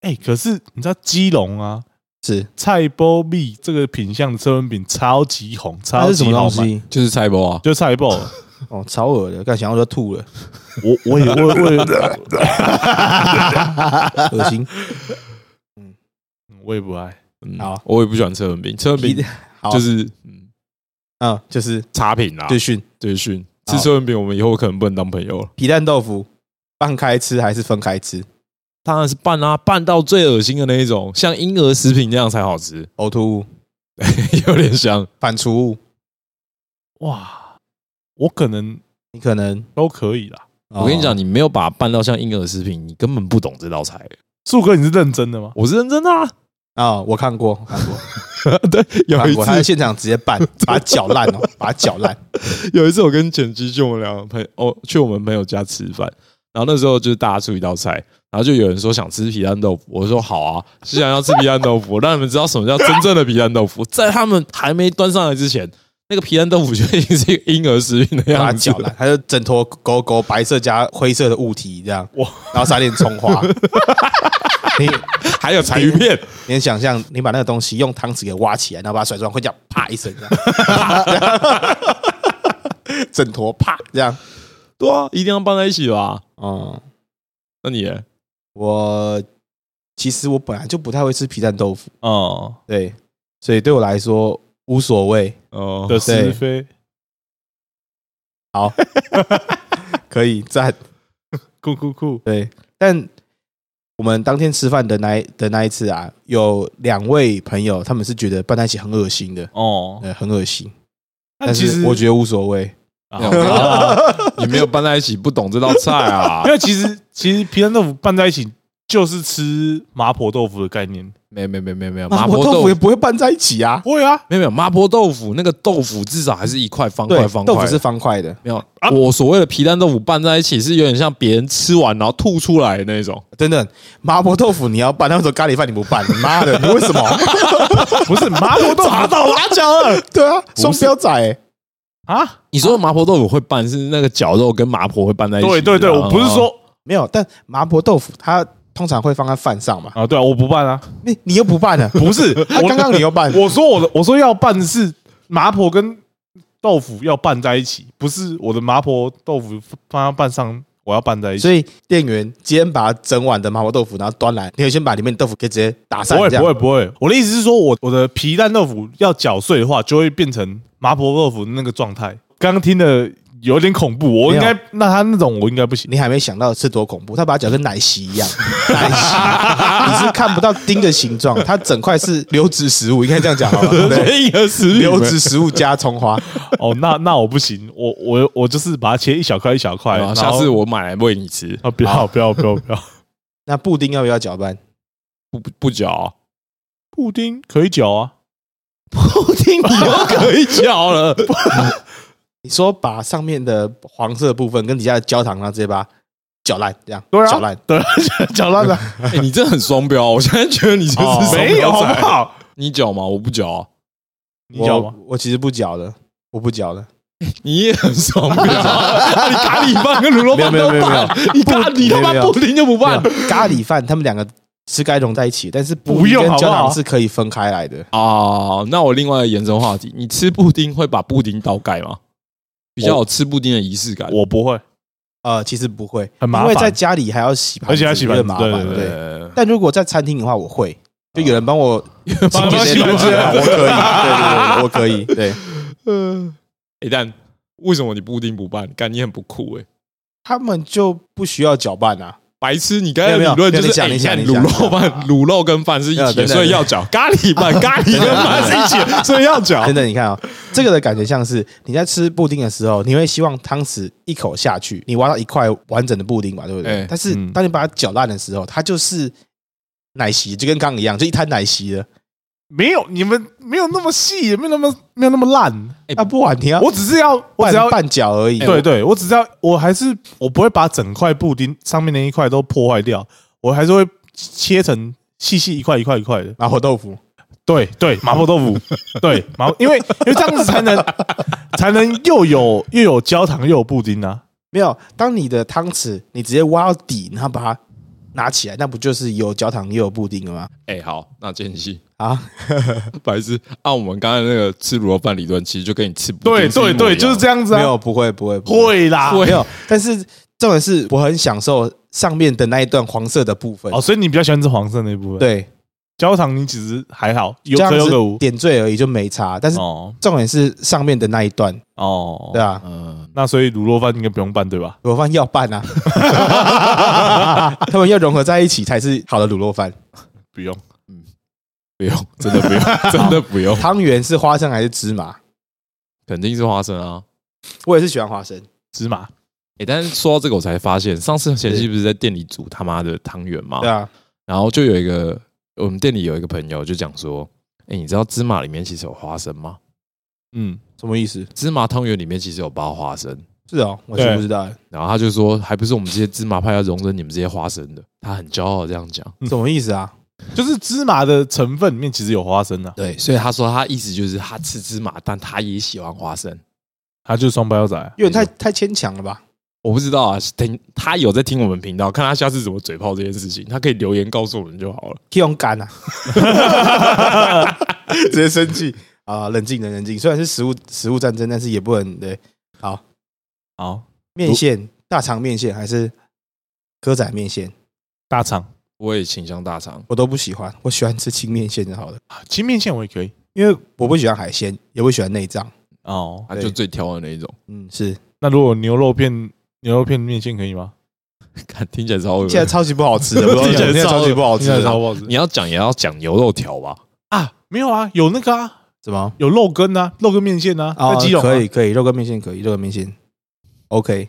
S2: 哎，可是你知道基隆啊，
S1: 是
S2: 菜包蜜这个品相的车轮饼超级红，
S1: 它
S2: 超
S1: 是什
S2: 级
S1: 么
S2: 好
S1: 东
S2: 买，
S1: 西？
S3: 就是菜包啊，
S2: 就菜 包。
S1: 哦，超恶的，刚想到就吐了，
S2: 我我也我我也
S1: 恶心。
S2: 我也不 爱。
S3: 嗯
S1: 好
S3: 我也不喜欢车轮饼，车轮
S1: 皮
S3: 饼
S1: 好
S3: 就是嗯
S1: 嗯，就是
S3: 差评啦，
S1: 对训
S3: 对训。
S1: 好
S3: 吃车轮饼，我们以后可能不能当朋友了。
S1: 皮蛋豆腐，拌开吃还是分开吃？
S3: 当然是拌啊，拌到最恶心的那一种，像婴儿食品那样才好吃，
S1: 呕吐物、
S3: 有点像。
S1: 反刍物，
S2: 哇，我可能
S1: 你可能
S2: 都可以啦。
S3: 我跟你
S1: 哦
S3: 讲，你没有把它拌到像婴儿食品，你根本不懂这 道菜。
S2: 树哥，你是认真的吗？
S3: 我是认真的、啊，
S1: 啊，我看过，我看过，
S3: 对， 有
S1: 看
S3: 一
S1: 过，他在
S3: 次，
S1: 现场直接 拌，把它搅烂哦，把它搅烂。
S3: 有一次我跟前妻去我们两个朋友哦，去我们朋友家吃饭，然后那时候就是大家出一道菜，然后就有人说想吃皮蛋豆腐，我说好啊，是想要吃皮蛋豆腐， 让你们知道什么叫真正的皮蛋豆腐，在他们还没端上来之前。那个皮蛋豆腐就已经是一个婴儿食品的
S1: 把它
S3: 样子
S1: 搅
S3: 了
S1: 烂，，它就整坨狗狗白色加灰色的物体这样，
S2: 哇
S1: 然后撒点葱 花。你
S3: 还有柴鱼片，
S1: 你能想象，你把那个东西用汤匙给挖起来，然后把它甩出来，会这样啪一声，这样， 整坨啪这样。
S3: 对啊，一定要拌在一起吧？
S1: 嗯，
S3: 那你耶
S1: 我其实我本来就不太会吃皮蛋豆腐，
S2: 哦、
S1: 对，所以对我来说无所谓，
S3: 哦，
S2: 的是非，
S1: 可以赞。
S2: 酷酷酷，
S1: 对，但我们当天吃饭的那一的那一次啊，有两位朋友他们是觉得拌在一起很恶心的，
S2: 哦。
S1: 呃，很恶心，
S2: 但
S1: 但
S2: 其
S1: 是
S2: 实
S1: 我觉得无所谓。
S2: 得
S3: 没有啊你没有拌在一起，不懂这道菜啊
S2: 因？为其实其实皮蛋豆腐拌在一起就是吃麻婆豆腐的概念。
S3: 没没没没没有
S1: 麻
S3: 麻
S1: 婆
S3: 婆
S1: 豆
S3: 豆
S1: 腐
S3: 腐
S1: 也，不会拌在一起啊，
S2: 会啊，
S3: 没有没有麻婆豆腐，那个豆腐至少还是一块方
S1: 对
S3: 块，方块啊
S1: 豆腐
S3: 的，
S1: 是方块的，
S3: 没有。我所谓的皮蛋豆腐拌在一起，是有点像别人吃完然后吐出来的那种。
S1: 等等，麻婆豆腐你要拌，那为什么咖喱饭你不拌？你妈的，你为什么？
S2: 不是 麻婆豆 腐
S1: 到辣椒了，对啊，
S3: 是
S1: 双标仔、欸，
S2: 啊？
S3: 你说的麻婆豆腐会拌，是那个绞肉跟麻婆会拌在一起。哦
S2: 对对对，
S3: 你知道
S2: 我
S3: 吗
S2: 不
S1: 哦
S2: 是说
S1: 没有，但麻婆豆腐它通常会放在饭上嘛，
S2: 啊，对啊，我不拌啊，
S1: 你你又 不拌 了，
S2: 不是
S1: 啊
S2: 我
S1: 刚刚你又拌，
S2: 我说我的，我说要拌的是麻婆跟豆腐要拌在一起，不是我的麻婆豆腐放要拌上，我要拌在一起。
S1: 所以店员今天把整碗的麻婆豆腐然后端来，你可以先把里面的豆腐给直接打散
S2: 不，会
S1: 这样
S2: 不会不会，我的意思是说，我我的皮蛋豆腐要搅碎的话，就会变成麻婆豆腐那个状态。刚刚听的有点恐怖，我应该那他那种我应该不行。
S1: 你还没想到是多恐怖，他把它搅跟奶昔一样，奶 昔你是看不到丁的形状，它整块是流质食物，应该这样讲好了， 对，
S3: 一个食品
S1: 流质食物加葱花，
S2: 哦，那那我不行，我我我就是把它切一小块一小块，
S3: 啊
S2: 然后
S3: 下次我买来喂你吃，
S2: 啊不要不要不要不要，
S1: 那布丁要不要搅拌？
S3: 不不不嚼啊，
S2: 布丁可以搅啊，
S1: 布丁
S3: 不 可以嚼了。
S1: 你说把上面的黄色部分跟底下的焦糖，然后直接把它搅烂，这样
S2: 对啊
S1: 搅烂。
S2: 对， 搅烂了，
S3: 哎，你这很双标，我现在觉得你这
S1: 哦
S3: 是双
S2: 没有
S3: 标
S2: 好不
S3: 仔。
S2: 好？
S3: 你嚼吗？我不嚼啊。
S2: 你搅
S1: 我
S2: 吗？
S1: 我其实不搅的，我不搅的。
S3: 你也很爽，你咖喱饭跟卤肉饭
S1: 没有
S3: 都
S1: 没有没有
S3: 拌，你咖你他
S1: 没有没
S3: 妈
S1: 有
S3: 布丁就不
S1: 没有
S3: 拌
S1: 咖喱饭，他们两个是该融在一起，但是布丁
S2: 不用
S1: 跟
S2: 好不
S1: 焦
S2: 好
S1: 糖是可以分开来的。
S3: 啊？那我另外的延伸话题，你吃布丁会把布丁倒盖吗？比较有吃布丁的仪式感。
S2: 我不会，
S1: 呃，其实不会，
S2: 很麻
S1: 因为
S2: 烦
S1: 在家里还要洗盘子，
S2: 而且还要洗
S1: 有
S2: 盘子
S1: 点麻烦。
S2: 对
S1: 对但如果在餐厅的话，我会，就有人帮 我
S3: 帮
S2: 我
S1: 洗
S2: 洗
S1: 盘
S2: 盘
S1: 子，
S2: 子
S1: 我可以，对对对，啊我可以。对，
S3: 嗯，哎，但为什么你布丁不拌？干，你很不酷哎、
S1: 他们就不需要搅拌啊。
S3: 白痴！你刚才的
S1: 没有
S3: 理
S1: 没有
S3: 论就是，
S1: 没有
S3: 哎
S1: 你
S3: 你
S1: 想
S3: 看
S1: 你想
S3: 卤肉饭、卤肉跟饭是一
S1: 没有
S3: 起
S1: 等
S3: 的，
S1: 等
S3: 所以要搅咖喱饭，咖喱跟饭是一起的，所以要 搅。
S1: 等等，你看啊、这个的感觉像是你在吃布丁的时候，你会希望汤匙一口下去，你挖到一块完整的布丁嘛，对不对？
S3: 哎
S1: 但是
S2: 嗯
S1: 当你把它搅烂的时候，它就是奶昔，就跟刚刚一样，就一滩奶昔了。
S2: 嗯没有，你们没有那么细，也没有那么没有那么烂。
S3: 哎
S1: 那、啊不晚你要
S2: 我只是要，我
S1: 拌
S2: 只要，
S1: 拌搅而已。
S2: 对对，我只是要，我还是我不会把整块布丁上面那一块都破坏掉，我还是会切成细细一块一块一块的。
S1: 麻婆豆腐
S2: 对对，麻婆豆腐， 对麻，因为因为这样子才能才能又有又有焦糖又有布丁啊。
S1: 没有，当你的汤匙你直接挖到底，然后把它拿起来，那不就是有焦糖又有布丁了吗？
S3: 哎、好，那间隙
S1: 啊，
S3: 白痴，按、我们刚才那个吃卤肉饭理论，其实就跟你吃布丁
S2: 对对对，就是这
S3: 样。
S2: 样子
S1: 没
S2: 啊，
S1: 有，不会，不会，不
S2: 会啦，
S1: 没有。但是重点是我很享受上面的那一段黄色的部分
S2: 哦，，所以你比较喜欢吃黄色那一部分，，
S1: 对，
S2: 焦糖你其实还好，有
S1: 这样
S2: 可有可
S1: 子
S2: 无，
S1: 点缀而已就没差。但是
S3: 哦
S1: 重点是上面的那一段，
S3: 哦，
S1: 对啊，
S3: 嗯，
S2: 那所以卤肉饭应该不用拌对吧？
S1: 卤肉饭要拌啊， 他们要融合在一起才是好的卤肉饭。
S2: 不用，
S3: 不用，真的不用， 真的不用，
S1: 汤圆是花生还是芝麻？
S3: 肯定是花生啊。
S1: 我也是喜欢花生。
S2: 芝麻
S3: 哎、但是说到这个，我才发现，上次贤熙不是在店里煮他妈的汤圆吗？
S1: 对啊，
S3: 然后就有一个我们店里有一个朋友就讲说，哎、你知道芝麻里面其实有花生吗？
S2: 嗯，
S1: 什么意思？
S3: 芝麻汤圆里面其实有包花生。
S1: 是哦，我是
S2: 对
S1: 不知道欸，
S3: 然后他就说，还不是我们这些芝麻派要容忍你们这些花生的。他很骄傲地这样讲。
S2: 嗯
S1: 什么意思啊？
S2: 就是芝麻的成分里面其实有花生啊，
S3: 对，所以他说他意思就是他吃芝麻，但他也喜欢花生。
S2: 它就是双胞啊仔。
S1: 有点太太牵强了吧？
S3: 我不知道啊，等他有在听我们频道，看他下次怎么嘴炮这件事情，他可以留言告诉我们就好了。
S1: 可以用干啊， 直接生气啊！冷静的冷静，虽然是食物食物战争，但是也不能对。好，
S2: 好，
S1: 面线大肠面线还是歌仔面线，
S2: 大肠
S3: 我也倾向大肠，
S1: 我都不喜欢，我喜欢吃清面线就好了，
S2: 啊清面线我也可以
S1: 因为我不喜欢海鲜，也不喜欢内脏。
S2: 哦。
S3: 他就最挑的那一种，
S1: 嗯，是
S2: 那如果牛肉片牛肉片面线可以吗？
S3: 看听起来超恶
S1: 现在超级不好 吃的，不知道为什么
S3: 听起
S1: 现
S3: 来
S1: 在超级不好吃
S2: 听起来超
S1: 的，
S2: 不好吃
S3: 你要讲也要讲牛肉条吧？
S2: 啊？没有啊，有那个啊，
S1: 怎么？
S2: 有肉羹啊，肉羹面线啊，
S1: 啊
S2: 在基隆啊
S1: 可以可以，肉羹面线可以，肉羹面线 OK。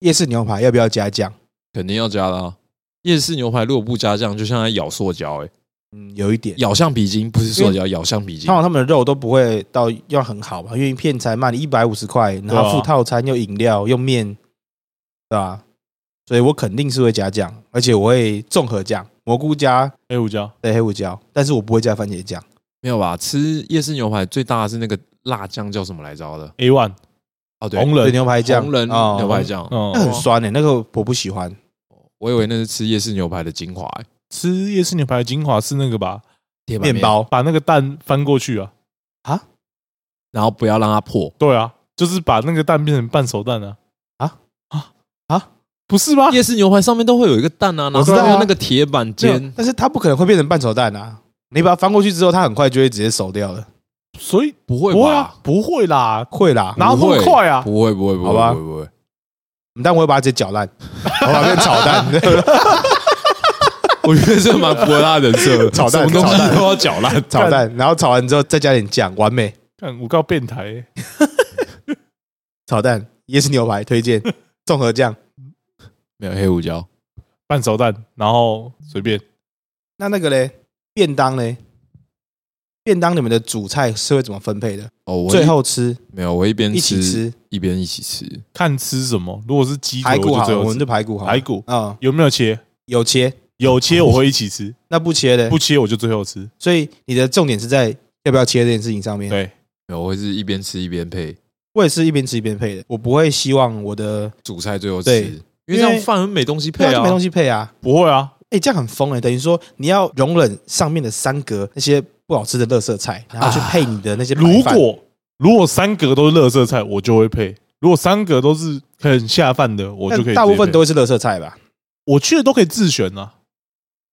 S1: 夜市牛排要不要加酱？
S3: 肯定要加的啊！夜市牛排如果不加酱，就像在咬塑胶，哎，
S1: 嗯，有一点。
S3: 咬橡皮筋不是塑胶，咬橡皮筋
S1: 通。常他们的肉都不会到要很好吧，因为一片才卖你一百五十块，然后
S2: 对啊
S1: 附套餐又饮料又面，对吧、所以我肯定是会加酱，而且我会综合酱，蘑菇加
S2: 黑胡椒
S1: 对黑胡椒，但是我不会加番茄酱。
S3: 没有吧？吃夜市牛排最大的是那个辣酱叫什么来着的？
S2: A one
S3: 哦，对，
S2: 红
S1: 对
S2: 人
S1: 牛排酱，
S3: 红人
S1: 哦
S3: 牛排酱。
S1: 那很
S2: 哦，
S1: 酸欸诶、那个我不喜欢。
S3: 我以为那是吃夜市牛排的精华，哎
S2: 吃夜市牛排的精华是那个吧，
S3: 铁板
S1: 面，包
S2: 把那个蛋翻过去啊，
S3: 然后不要让它破。
S2: 对啊，就是把那个蛋变成半熟蛋啊
S1: 啊
S2: 啊
S1: 啊，
S2: 不是吗？
S3: 夜市牛排上面都会有一个蛋啊，然
S1: 我知
S3: 后
S1: 道啊
S3: 用那个铁板
S1: 没有
S3: 煎，
S1: 但是它不可能会变成半熟蛋啊！你把它翻过去之后，它很快就会直接熟掉了。
S2: 所以
S3: 不会
S2: 不会啊
S3: 吧？，
S2: 不会啦，
S1: 会啦，
S2: 哪有那么快啊？
S3: 不会，不会，不会，
S1: 好吧
S3: 不会，不 会。
S1: 但我会把它直接搅烂，我把它变炒蛋。
S3: 我觉得这蛮符合他的人设 的，
S1: 炒蛋
S3: 什么东
S1: 炒蛋
S3: 西都要搅烂。
S1: 炒蛋，然后炒完之后再加点酱，完美。
S2: 看我告变态欸，
S1: 炒蛋也是牛排，推荐综合酱。
S3: 没有黑胡椒，
S2: 半熟蛋，然后随便
S1: 那那个嘞，便当嘞，便当你们的主菜是会怎么分配的？
S3: 哦，我一
S1: 最后吃，
S3: 没有，我一边
S1: 一起吃
S3: 一边一起吃。
S2: 看吃什么。如果是鸡腿，
S1: 排
S2: 我
S1: 骨
S2: 就
S1: 好
S2: 只
S1: 了，我
S2: 有
S1: 们
S2: 吃
S1: 就排骨好了。
S2: 排骨
S1: 啊，
S2: 有没有切？
S1: 有切，
S2: 有切
S1: 哦
S2: 我会一起吃，
S1: 那不切的
S2: 不，切我就最后吃。
S1: 所以你的重点是在要不要切这件事情上面。
S2: 对，
S3: 没有，我会是一边吃一边配
S1: 我也是一边吃一边配的，我不会希望我的
S3: 主菜，最后吃
S1: 对，
S3: 因为这
S1: 因为
S3: 样饭很没东西
S1: 对
S3: 配
S1: 啊，就
S3: 啊
S1: 没。东西配啊。
S2: 不会啊，
S1: 哎，这样很疯哎，等于说你要容忍上面的三格那些不好吃的垃圾菜，然后去配你的那些白
S2: 啊如
S1: 饭
S2: 果如果三格都是乐色菜，我就会配；如果三格都是很下饭的，我就可以直接
S1: 但
S2: 配。
S1: 大部分都会是垃圾菜吧？
S2: 我去的都可以自选啊，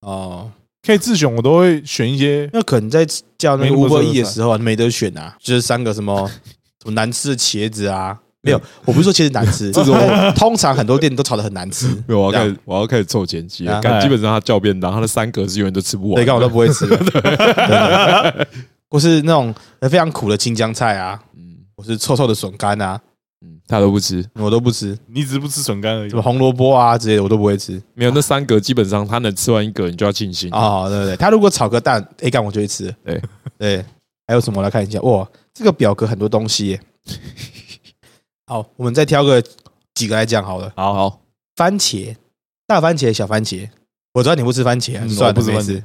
S1: 哦，
S2: 可以自选，我都会选一些。
S1: 那可能在叫那
S2: 没
S1: 个
S2: 那
S1: 乌
S2: 么
S1: 波
S2: 多
S1: 一的
S2: 菜
S1: 时候啊，没得选啊，就是三个什 么什么难吃的茄子
S2: 嗯
S1: 啊，没有，我不是说茄子难 吃，这种通常很多店都炒的很难吃，
S3: 没有，我要开
S1: 这
S3: 始，我要开始凑钱机
S1: 啊
S3: 了。干基本上他叫便当，他的三格是永远都吃不
S1: 对，
S3: 完。
S1: 刚我都不会 吃，真的 或是那种呃非常苦的青江菜啊，
S3: 嗯
S1: 或是臭臭的笋干啊，
S3: 嗯，他都不吃。
S1: 我都不吃，
S2: 你只是不吃笋干而已
S1: 什。么红萝卜啊之类的我都不会吃
S3: 没有，那三格基本上他能吃完一格，你就要庆幸。
S1: 啊，对不对？他如果炒个蛋，哎，干我就会吃，
S3: 对
S1: 对，还有什么我来看一下？哇，这个表格很多东西耶，好，我们再挑个几个来讲好了。
S3: 好好，
S1: 番茄，大番茄、小番茄。我知道你不吃番茄啊，
S2: 嗯
S1: 算
S2: 我
S1: 了，
S2: 不吃
S1: 没
S2: 番茄
S1: 事。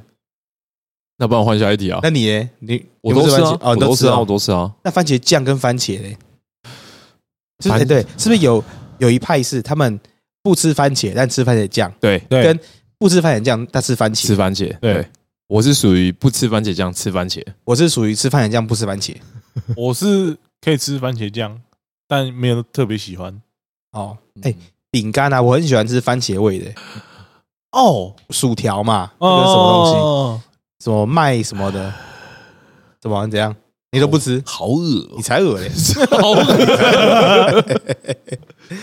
S3: 那不然换下一题啊。
S1: 那你呢？你
S3: 我
S1: 你
S3: 都
S1: 不
S3: 吃
S1: 番
S3: 啊
S1: 茄，哦，
S3: 我
S1: 你
S3: 都
S1: 吃
S3: 吃啊，我
S1: 哦。
S3: 都吃啊。
S1: 那番茄酱跟番茄嘞，就是
S3: 番
S1: 哎对，是不是有有一派是他们不吃番茄，但吃番茄酱？
S3: 对，
S2: 对
S1: 跟不吃番茄酱，但吃番茄。
S3: 吃番茄。
S2: 对
S3: 对，我是属于不吃番茄酱吃番茄，
S1: 我是属于吃番茄酱不吃番茄。
S2: 我是可以吃番茄酱，但没有特别喜欢。
S1: 哦，哎、饼干啊，我很喜欢吃番茄味的
S2: 哦，
S1: 薯条嘛，那个
S2: 哦，
S1: 什么东西，
S2: 东西？
S1: 什么麦什么的，怎么怎样，你都不吃，
S3: 好恶
S1: 你才恶嘞！哦
S3: 好恶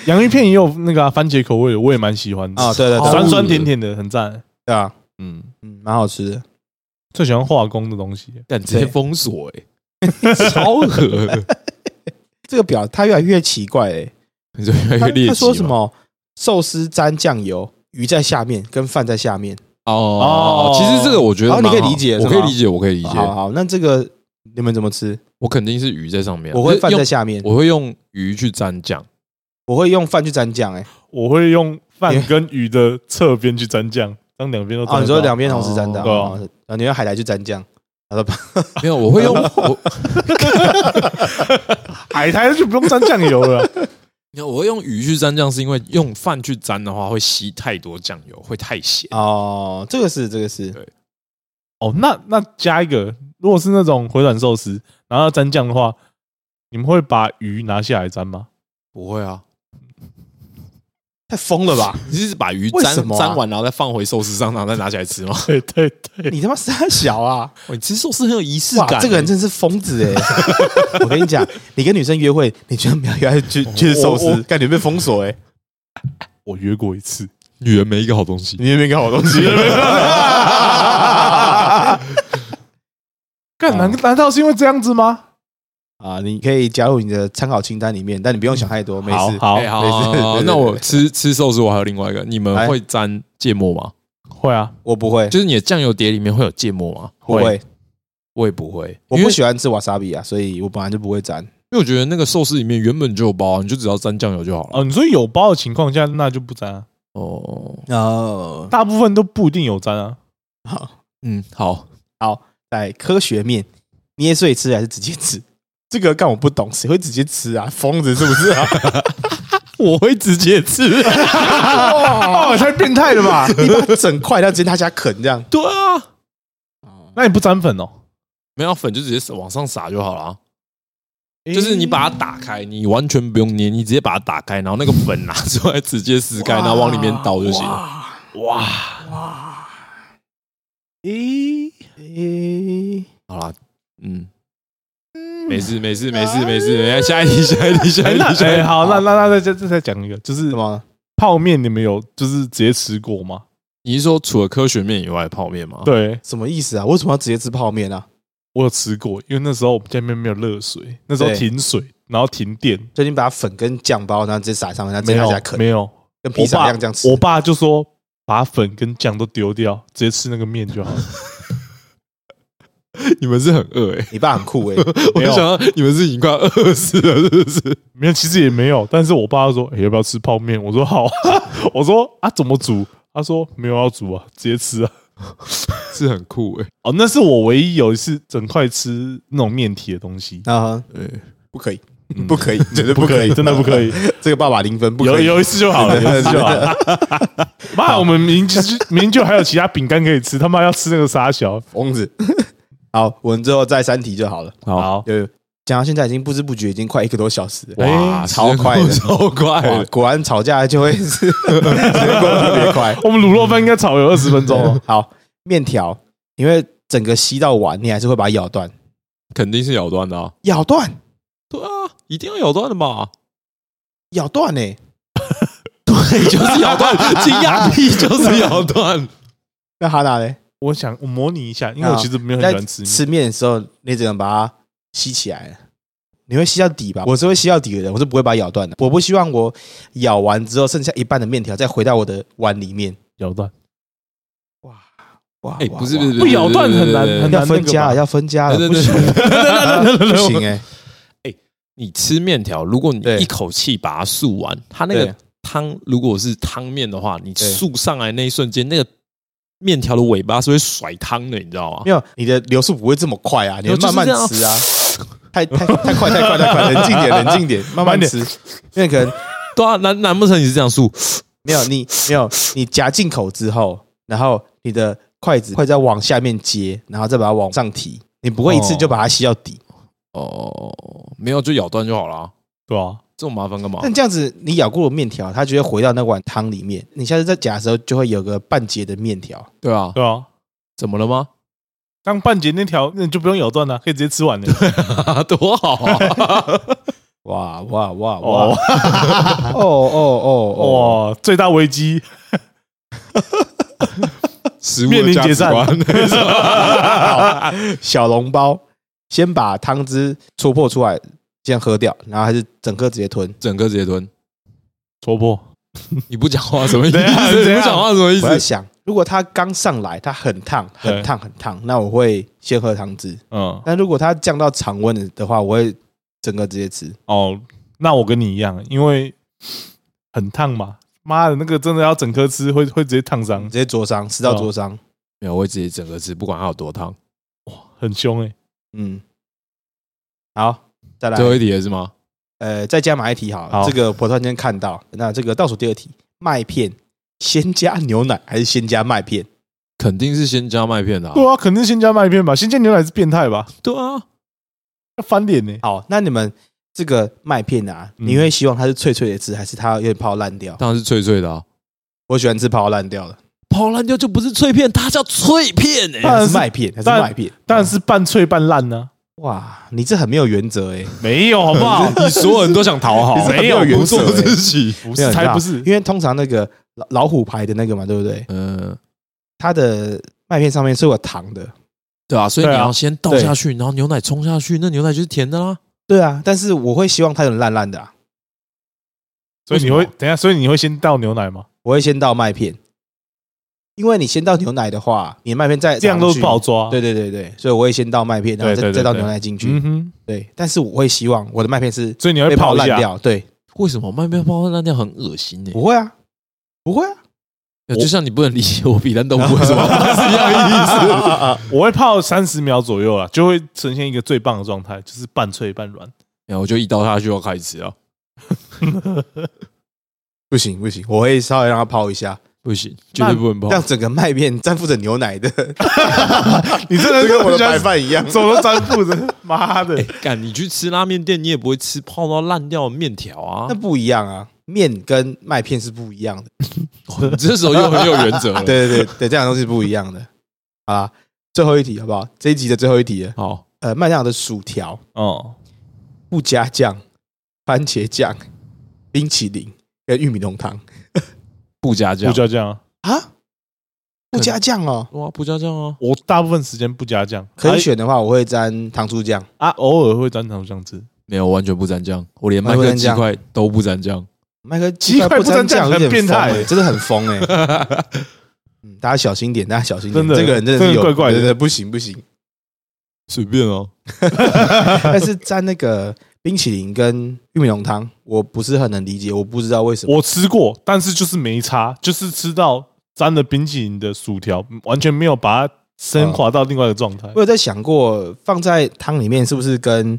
S2: 洋芋片也有那个啊、番茄口味的，我也蛮喜欢的
S1: 啊、对对对，
S2: 酸酸甜甜的，很赞。
S1: 对啊，
S3: 嗯，
S1: 嗯，蛮好吃的。
S2: 最喜欢化工的东西，
S3: 干直接
S1: 对
S3: 封锁哎，超恶，
S1: 这个表它越来越奇怪哎、
S3: 你说越来
S1: 他
S3: 越猎
S1: 他
S3: 奇吗
S1: 说什么寿司沾酱油，鱼在下面，跟饭在下面。
S3: 哦
S2: 哦，
S3: 其实这个我觉得
S1: 好
S3: 蛮好
S1: 你可以理解
S3: 我
S1: 是
S3: 可
S1: 吗
S3: 以理解，我可以理
S1: 好
S3: 解，
S1: 好，那这个你们怎么吃？
S3: 我肯定是鱼在上面啊，
S1: 我会
S3: 就是
S1: 饭
S3: 用
S1: 在下面，
S3: 我会用鱼去蘸酱，
S1: 我会用饭去沾酱哎。
S2: 我会用饭跟鱼的侧边去沾酱，当两边都沾得
S1: 哦，
S2: 到。
S1: 你说两边同时沾到，
S2: 对啊
S1: 哦啊，你用海苔去沾酱，好了吧？
S3: 没有，我会 用我，
S2: 海苔就不用沾酱油了，
S3: 没有我会用鱼去蘸酱，是因为用饭去沾的话会吸太多酱油，会太咸。
S1: 哦，这个是这个是
S3: 对
S2: 哦，那那加一个，如果是那种回转寿司，然后要沾酱的话，你们会把鱼拿下来沾吗？
S3: 不会啊，
S1: 太疯了 吧？
S3: 你是把鱼
S1: 为
S3: 沾
S1: 什么啊
S3: 沾完，然后再放回寿司上，然后再拿起 来吃吗？
S2: 对对对，
S1: 你他妈傻小啊！
S3: 哇，你吃寿司很有仪式
S1: 哇
S3: 感欸。，
S1: 这个人真是疯子哎！我跟你讲，你跟女生约会，你居然不要约她去去吃寿
S2: 我
S1: 司，感觉被封锁哎！
S2: 我约过一次，
S3: 女人没一个好东西。
S1: 你那边看好东西，
S2: 干
S1: 哦
S2: 难难道是因为这样子吗？
S1: 啊，你可以加入你的参考清单里面，但你不用想太多，没
S2: 好
S1: 事。
S2: 好
S3: 哎，好
S1: 没事
S3: 好，好好
S1: 对对
S3: 那我
S1: 对
S3: 吃吃寿司，我还有另外一个，你们
S1: 哎
S3: 会沾芥末吗？
S2: 会啊，
S1: 我不会，
S3: 就是你的酱油碟里面会有芥末吗？
S1: 不会，
S3: 我也不会，
S1: 我
S3: 因
S1: 不
S3: 为
S1: 喜欢吃瓦萨比啊，所以我本来就不会沾。
S3: 因为我觉得那个寿司里面原本就有包啊，你就只要沾酱油就好了。
S2: 哦，你说有包的情况下，那就不沾啊，
S3: 哦，
S1: 哦，
S2: 大部分都不一定有沾啊。
S1: 好，
S3: 嗯，好，
S1: 在科学面，捏碎吃还是直接吃？ 这个干我不懂，谁会直接吃啊？疯子是不是 啊？
S3: 我会直接吃。
S1: 哦，太变态了吧！ 你把它整块，然后直接拿起来啃这样。
S3: 对啊，
S2: 那你不沾粉哦？
S3: 没有粉就直接往上撒就好了啊。就是你把它打开，你完全不用捏，你直接把它打开，然后那个粉拿出来，直接撕开，然后往里面倒就行了。
S1: 哇
S3: 哇，
S1: 哇！
S2: 咦，
S1: 诶，
S3: 好啦，嗯，没事没事没事没事，没事下一题下一题下
S2: 哎
S3: 一
S2: 那
S3: 题下一
S2: 哎
S3: 题。
S2: 好，那那那再再再再讲一个，就是
S1: 什么？
S2: 泡面，你们有就是直接吃过吗？
S3: 你是说除了科学面以外的泡面吗？，
S2: 对
S1: 什么意思啊？为什么要直接吃泡面啊？
S2: 我有吃过，因为那时候我们家里面没有热水，那时候
S1: 对
S2: 停水，然后停电，
S1: 最近把粉跟酱包，然后直接撒上面，然后直
S2: 没
S1: 接拿
S2: 有
S1: 起来啃，
S2: 没有，
S1: 跟披
S2: 我
S1: 萨一
S2: 爸
S1: 样这样吃
S2: 我。爸就说把粉跟酱都丢掉，直接吃那个面就好了。
S3: 你们是很饿哎，
S1: 你爸很酷诶。欸
S3: 我
S2: 没有
S3: 想到你们是已经快饿死了，是不是？
S2: 没有，其实也没有，但是我爸就说、哎要不要吃泡面？我说好啊， 我说啊怎么煮？他说没有要煮啊，直接吃啊。
S3: 是很酷哎，
S2: 哦，那是我唯一有一次整块吃那种面体的东西，
S1: 啊，
S3: 对，
S1: 不可以，
S3: 嗯
S1: 不可以，绝对不可以，
S2: 真的不可以。
S1: 这个爸爸零分，不
S2: 有
S1: 可以。
S2: 有一次就好了，有一次就好了。妈，我们明就明就还有其他饼干可以吃，他妈要吃那个沙小。
S1: 疯子。 好，我们最后再三题就好了。
S3: 好，
S2: 好，
S1: 有讲到现在已经不知不觉已经快一个多小时了，
S3: 哇，
S2: 哎
S1: 超快的
S3: 超快
S1: 哇
S3: 的，
S1: 果然吵架就会是 时间过得特别 快。
S2: 我们卤肉饭应该炒有二十分 钟哦。
S1: 好，面条，因为整个吸到碗，你还是会把它咬断，
S3: 肯定是咬断的啊！
S1: 咬断，
S3: 对啊，一定要咬断的嘛！
S1: 咬断呢、欸
S3: 对， 就是咬断，惊讶屁就是咬断。
S1: 那哈娜呢？
S2: 我想我模拟一下，因为我其实 没有很喜
S1: 在
S2: 欢吃面。
S1: 吃面的时候，你只能把它吸起来了你会吸到底吧？我是会吸到底的人，我是不会把它咬断的。我不希望我咬完之后剩下一半的面条再回到我的碗里面。
S2: 咬断，
S1: 哇，
S3: 哎，
S1: 哇
S3: 不是
S1: 哇
S3: 不是，呃
S2: 不咬断很难
S3: 对对对对
S2: 很难
S1: 要分家
S2: 那个吧
S1: 了，要分家了，
S3: 对
S1: 不
S3: 对
S1: 行
S3: 对
S1: 不行哎、
S3: 你吃面条，如果你
S1: 对
S3: 一口气把它漱完，它那个
S1: 对
S3: 汤如果是汤面的话，你
S1: 对
S3: 漱上来那一瞬间，那个面条的尾巴是会甩汤的，你知道吗
S1: 没？有，你的流速不会这么快啊，你会
S3: 就
S1: 慢
S3: 是
S1: 慢
S3: 这样
S1: 吃啊。太太太快太快太快，冷静点冷静点， 慢慢吃。因为可能
S3: 对啊，难难不成你是这样漱？
S1: 没有你没有你夹进口之后，然后你的筷子会再往下面接，然后再把它往上提，你不会一次就把它吸到底。
S3: 哦，没有就咬断就好了，
S2: 对啊吧？
S3: 这种麻烦干嘛？
S1: 但这样子，你咬过的面条，它就会回到那碗汤里面。你下次在夹的时候，就会有个半截的面条。
S3: 对啊，
S2: 对啊，
S3: 怎么了吗？
S2: 当半截那条，那你就不用咬断了，可以直接吃完了。
S3: 多好啊！
S1: 哇哇哇哇！
S2: 哦
S1: 哦 哦哦哦！
S2: 哇，最大危机，
S3: 食物
S2: 面
S3: 的
S2: 临
S3: 价
S2: 解
S3: 值
S2: 散
S3: 观，
S1: 好小笼包，先把汤汁戳破出来，先喝掉，然后还是整个直接吞。
S3: 整个直接蹲。
S2: 戳破。
S3: 你不讲话什么意思？
S2: 等一 下
S3: 你
S2: 等一
S3: 不
S2: 下
S3: 讲话什么意
S1: 我在
S3: 思？
S1: 想，如果它刚上来，它很烫，很
S2: 对
S1: 烫，很烫，那我会先喝汤汁。
S2: 嗯，
S1: 但如果它降到常温的话，我会整个直接吃。
S2: 哦，那我跟你一样，因为很烫嘛。妈的，那个真的要整颗吃，会会直接烫伤
S1: 直，接灼伤，吃到灼伤。
S3: 没有，我会直接整个吃，不管它有多烫。
S2: 很凶哎、
S1: 嗯，好，再来
S3: 最，后一题了是吗？
S1: 呃，再加码一题好了。
S2: 好
S1: 这个我突然间看到，那这个倒数第二题，麦片先加牛奶还是先加麦片？
S3: 肯定是先加麦片的啊。
S2: 对啊，肯定先加麦片吧，先加牛奶是变态吧？
S3: 对啊，
S2: 要翻脸欸呢、
S1: 好，那你们这个麦片啊，
S2: 嗯
S1: 你会希望它是脆脆的吃，还是它有点泡烂掉？
S3: 当然是脆脆的啊。
S1: 我喜欢吃泡烂掉的，
S3: 跑烂掉就不是脆片，它叫脆片哎、
S2: 当
S1: 还
S2: 然
S1: 是
S2: 是
S1: 麦片，还是
S2: 当然
S1: 麦片？
S2: 当然是半脆半烂啊呢、
S1: 哇，你这很没有原则哎。
S2: 没有 好不好？
S3: 你所有人都想讨好，
S1: 没有原
S3: 不
S1: 则
S3: 做
S1: 欸
S3: 自己。
S2: 不
S1: 没有
S2: 是，才不
S1: 你
S2: 是
S1: 知道，因为通常那个老老虎牌的那个嘛，对不对？
S3: 嗯，
S1: 它的麦片上面是有糖的，
S3: 对啊，所以你
S2: 对啊
S3: 要先倒下去，然后牛奶冲下去，那牛奶就是甜的啦。
S1: 对啊，但是我会希望它有烂烂的啊，
S2: 所以你
S3: 为
S2: 会
S3: 什么
S2: 等一下，所以你会先倒牛奶吗？
S1: 我会先倒麦片，因为你先倒牛奶的话，你的麦片再
S2: 这样都
S1: 上去
S2: 不好。抓、
S1: 对对对对，所以我会先倒麦片，然后再
S2: 对对对
S1: 再倒
S2: 对
S1: 牛奶进去。
S2: 嗯哼，
S1: 对，但是我会希望我的麦片是
S2: 所以你
S1: 被
S2: 会
S1: 泡
S2: 泡一
S1: 烂
S2: 下，
S1: 掉。对，
S3: 为什么麦片泡烂掉很恶心呢、欸
S1: 不会啊，不会啊，
S3: 就像你不能理解我比烂豆腐为什么是一样的意思。
S2: 我会泡三十秒左右啦，啊就会呈现一个最棒的状态，就是半脆半 软。
S3: 然后我就一倒下去就要开始吃啊，
S1: 不行不行，我会稍微让它泡一下，
S3: 不行，绝对不能泡
S1: 让。整个麦片沾附着牛奶的，
S2: 你真的
S1: 就是跟我的
S2: 很像
S1: 白饭一样。
S2: 手都粘附着，妈的！
S3: 哎干，你去吃拉面店，你也不会吃泡到烂掉的面条啊
S1: 那。不一样啊，面跟麦片是不一样的。
S3: 你 这时候又很有原则了。，
S1: 对对对对，这两个东西是不一样的。好啦，最后一题好不好？这一集的最后一题了，
S3: 好，
S1: 呃，麦当劳的薯条
S2: 哦，
S1: 不加酱、番茄酱、冰淇淋跟玉米浓汤
S3: 不加
S2: 不
S3: 酱，
S2: 加酱啊，
S1: 啊，不加酱哦。
S3: 哇，不加酱啊。
S2: 我大部分时间不加酱，
S1: 可以选的话，我会沾糖醋酱。
S2: 啊，偶尔会沾糖酱汁。
S3: 没有，完全不沾酱，我连麦
S1: 不
S3: 克
S1: 沾
S3: 鸡
S1: 酱
S3: 块都不沾酱。
S1: 麦克鸡块不沾酱有点疯欸真的很疯哎、 嗯，大家小心点，大家小心点，
S2: 真的
S1: 这个人真的
S2: 真
S1: 是
S2: 的
S1: 有
S2: 怪怪的
S1: 对对对不行不 行。
S3: 随便哦，
S1: 但是沾那个冰淇淋跟玉米浓汤，我不是很能理解，我不知道为什么。
S2: 我吃过，但是就是没差，就是吃到沾了冰淇淋的薯条，完全没有把它升华到另外一个状态
S1: 我。有在想过，放在汤里面是不是跟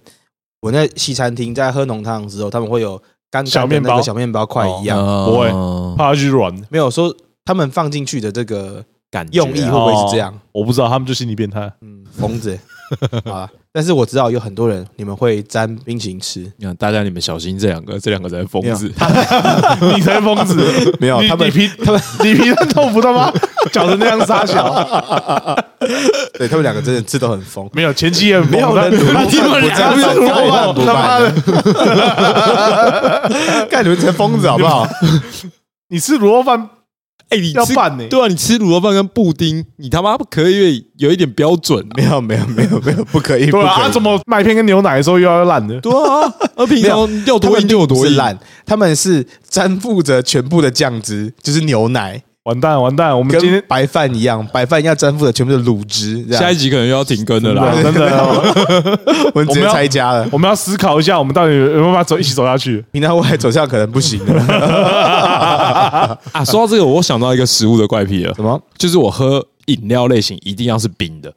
S1: 我在西餐厅在喝浓汤的时候，他们会有干
S2: 小
S1: 干的
S2: 面
S1: 那
S2: 包
S1: 个小面包块一样？
S2: 不会
S3: 嗯
S2: 怕它去软，
S1: 没有说他们放进去的这个
S3: 感觉啊
S1: 用意会不会是这样？
S2: 我不知道他们就心理变态。
S1: 嗯，疯子好啊！但是我知道有很多人你们会沾冰淇淋吃，
S3: 你看，大家你们小心这两个，这两个才是疯子。
S2: 你才疯子！
S1: 没有
S2: 你
S1: 他们
S2: 你皮
S1: 他们
S2: 你皮蛋豆腐他妈搅成那样傻小，
S1: 对他们两个真的吃都很疯，
S2: 没有前期也
S1: 没有人
S2: 人
S1: 鲁班
S2: 你们
S1: 不
S2: 俩
S1: 沾
S2: 是
S1: 鲁
S2: 鲁
S1: 班
S2: 班
S1: 不
S2: 他妈的，
S1: 沾，干你们才疯子好不好？
S2: 你吃卤肉饭
S3: 哎，你
S2: 要
S3: 吃
S2: 拌呢
S3: 对啊，你吃卤肉饭跟布丁，你他妈不可以有一点标准啊。
S1: 没有没有没有没有，不 可以，不
S2: 对
S1: 可以。
S2: 啊，啊怎么麦片跟牛奶的时候又要烂的？
S3: 对啊，而平常要
S1: 他
S3: 多
S1: 们
S3: 硬就有多
S1: 不是
S3: 硬。
S1: 烂， 他们是粘附着全部的酱汁，就是牛奶，
S2: 完蛋完蛋！我们今
S1: 跟
S2: 天
S1: 白饭一样，白饭要粘附着全部的卤汁，这
S3: 下
S1: 样
S3: 一集可能又要停更了啦。
S2: 真的，
S1: 我们直接拆家了。
S2: 我们要思考一下，我们到底有没有办法走一起走下去？
S1: 平常未来走向可能不行 了。
S3: 啊，说到这个，我想到一个食物的怪癖了，
S1: 什么？
S3: 就是我喝饮料类型一定要是冰的，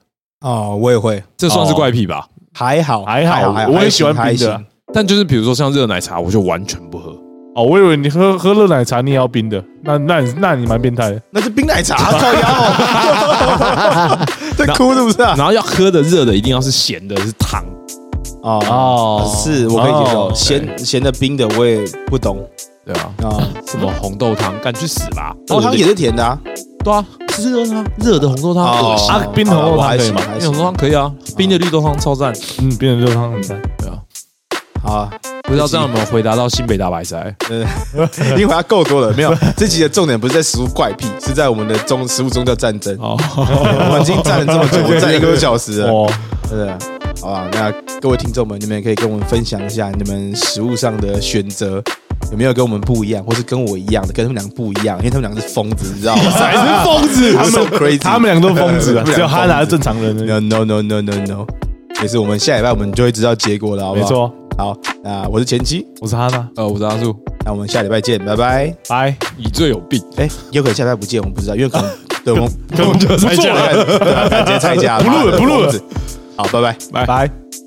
S1: 哦，我也会，
S3: 这算是怪癖吧？
S1: 还好，
S2: 还好
S1: 还好，
S2: 我也喜欢冰的
S1: 还行。还行
S3: 但就是比如说像热奶茶，我就完全不喝。
S2: 哦，我以为你喝喝热奶茶你也要冰的，那那你那你蛮变态的。
S1: 那是冰奶 茶，靠腰哦，在哭是不是啊？
S3: 然后要喝的热的一定要是咸的，是糖
S1: 哦，
S3: 哦
S1: 是我可以接
S2: 哦
S1: 受，咸咸的冰的我也不懂
S3: 对啊，
S1: 啊。
S3: 什么红豆汤，敢去死吧！
S2: 哦
S1: 红汤也是甜的啊，
S3: 哦
S1: 哦
S3: 对啊，是热的啊，热的红豆汤恶心
S2: 啊冰的红豆汤可以吗
S1: 好啦我还行
S3: 冰的红豆汤可以啊，冰的绿豆汤超赞。
S2: 嗯，冰的热汤很赞。
S3: 对啊，
S1: 好啊，
S3: 不知道这样有没有回答到新北大白菜？
S1: 因为它够多了，没 有。这集的重点不是在食物怪癖，是在我们的中食物宗教战争。
S3: 哦，
S1: 我们已经站了这么 久，我站一个多小时了。
S2: 哦，
S1: 是的，好吧，那各位听众们，你们也可以跟我们分享一下你们食物上的选择。有没有跟我们不一样，或是跟我一样的，跟他们两个不一样？因为他们两个是疯子，你 知道吗？
S2: 才是疯子，
S1: 他
S2: 他
S1: 们
S2: 们他们两个都 疯子
S1: 他们两个疯
S2: 啊，
S1: 子
S2: 只有哈达是正常人而已。
S1: No no no no no no，也是我们下礼拜我们就会知道结果了，好不
S2: 没
S1: 好？。
S2: 错，
S1: 好，那我是前妻，
S2: 我是哈达，
S3: 呃，我是阿树，
S1: 那我们下礼拜见，拜拜。
S2: 拜。
S3: 你最有病。
S1: 哎、有可能下礼拜不见，我们不知道，因为可能对 我们
S2: 可能就
S1: 不
S2: 拆家
S1: 做了，对啊直接拆家，
S2: 不录了
S1: 妈的
S2: 不录了
S1: 疯子。好，拜拜。
S2: 拜。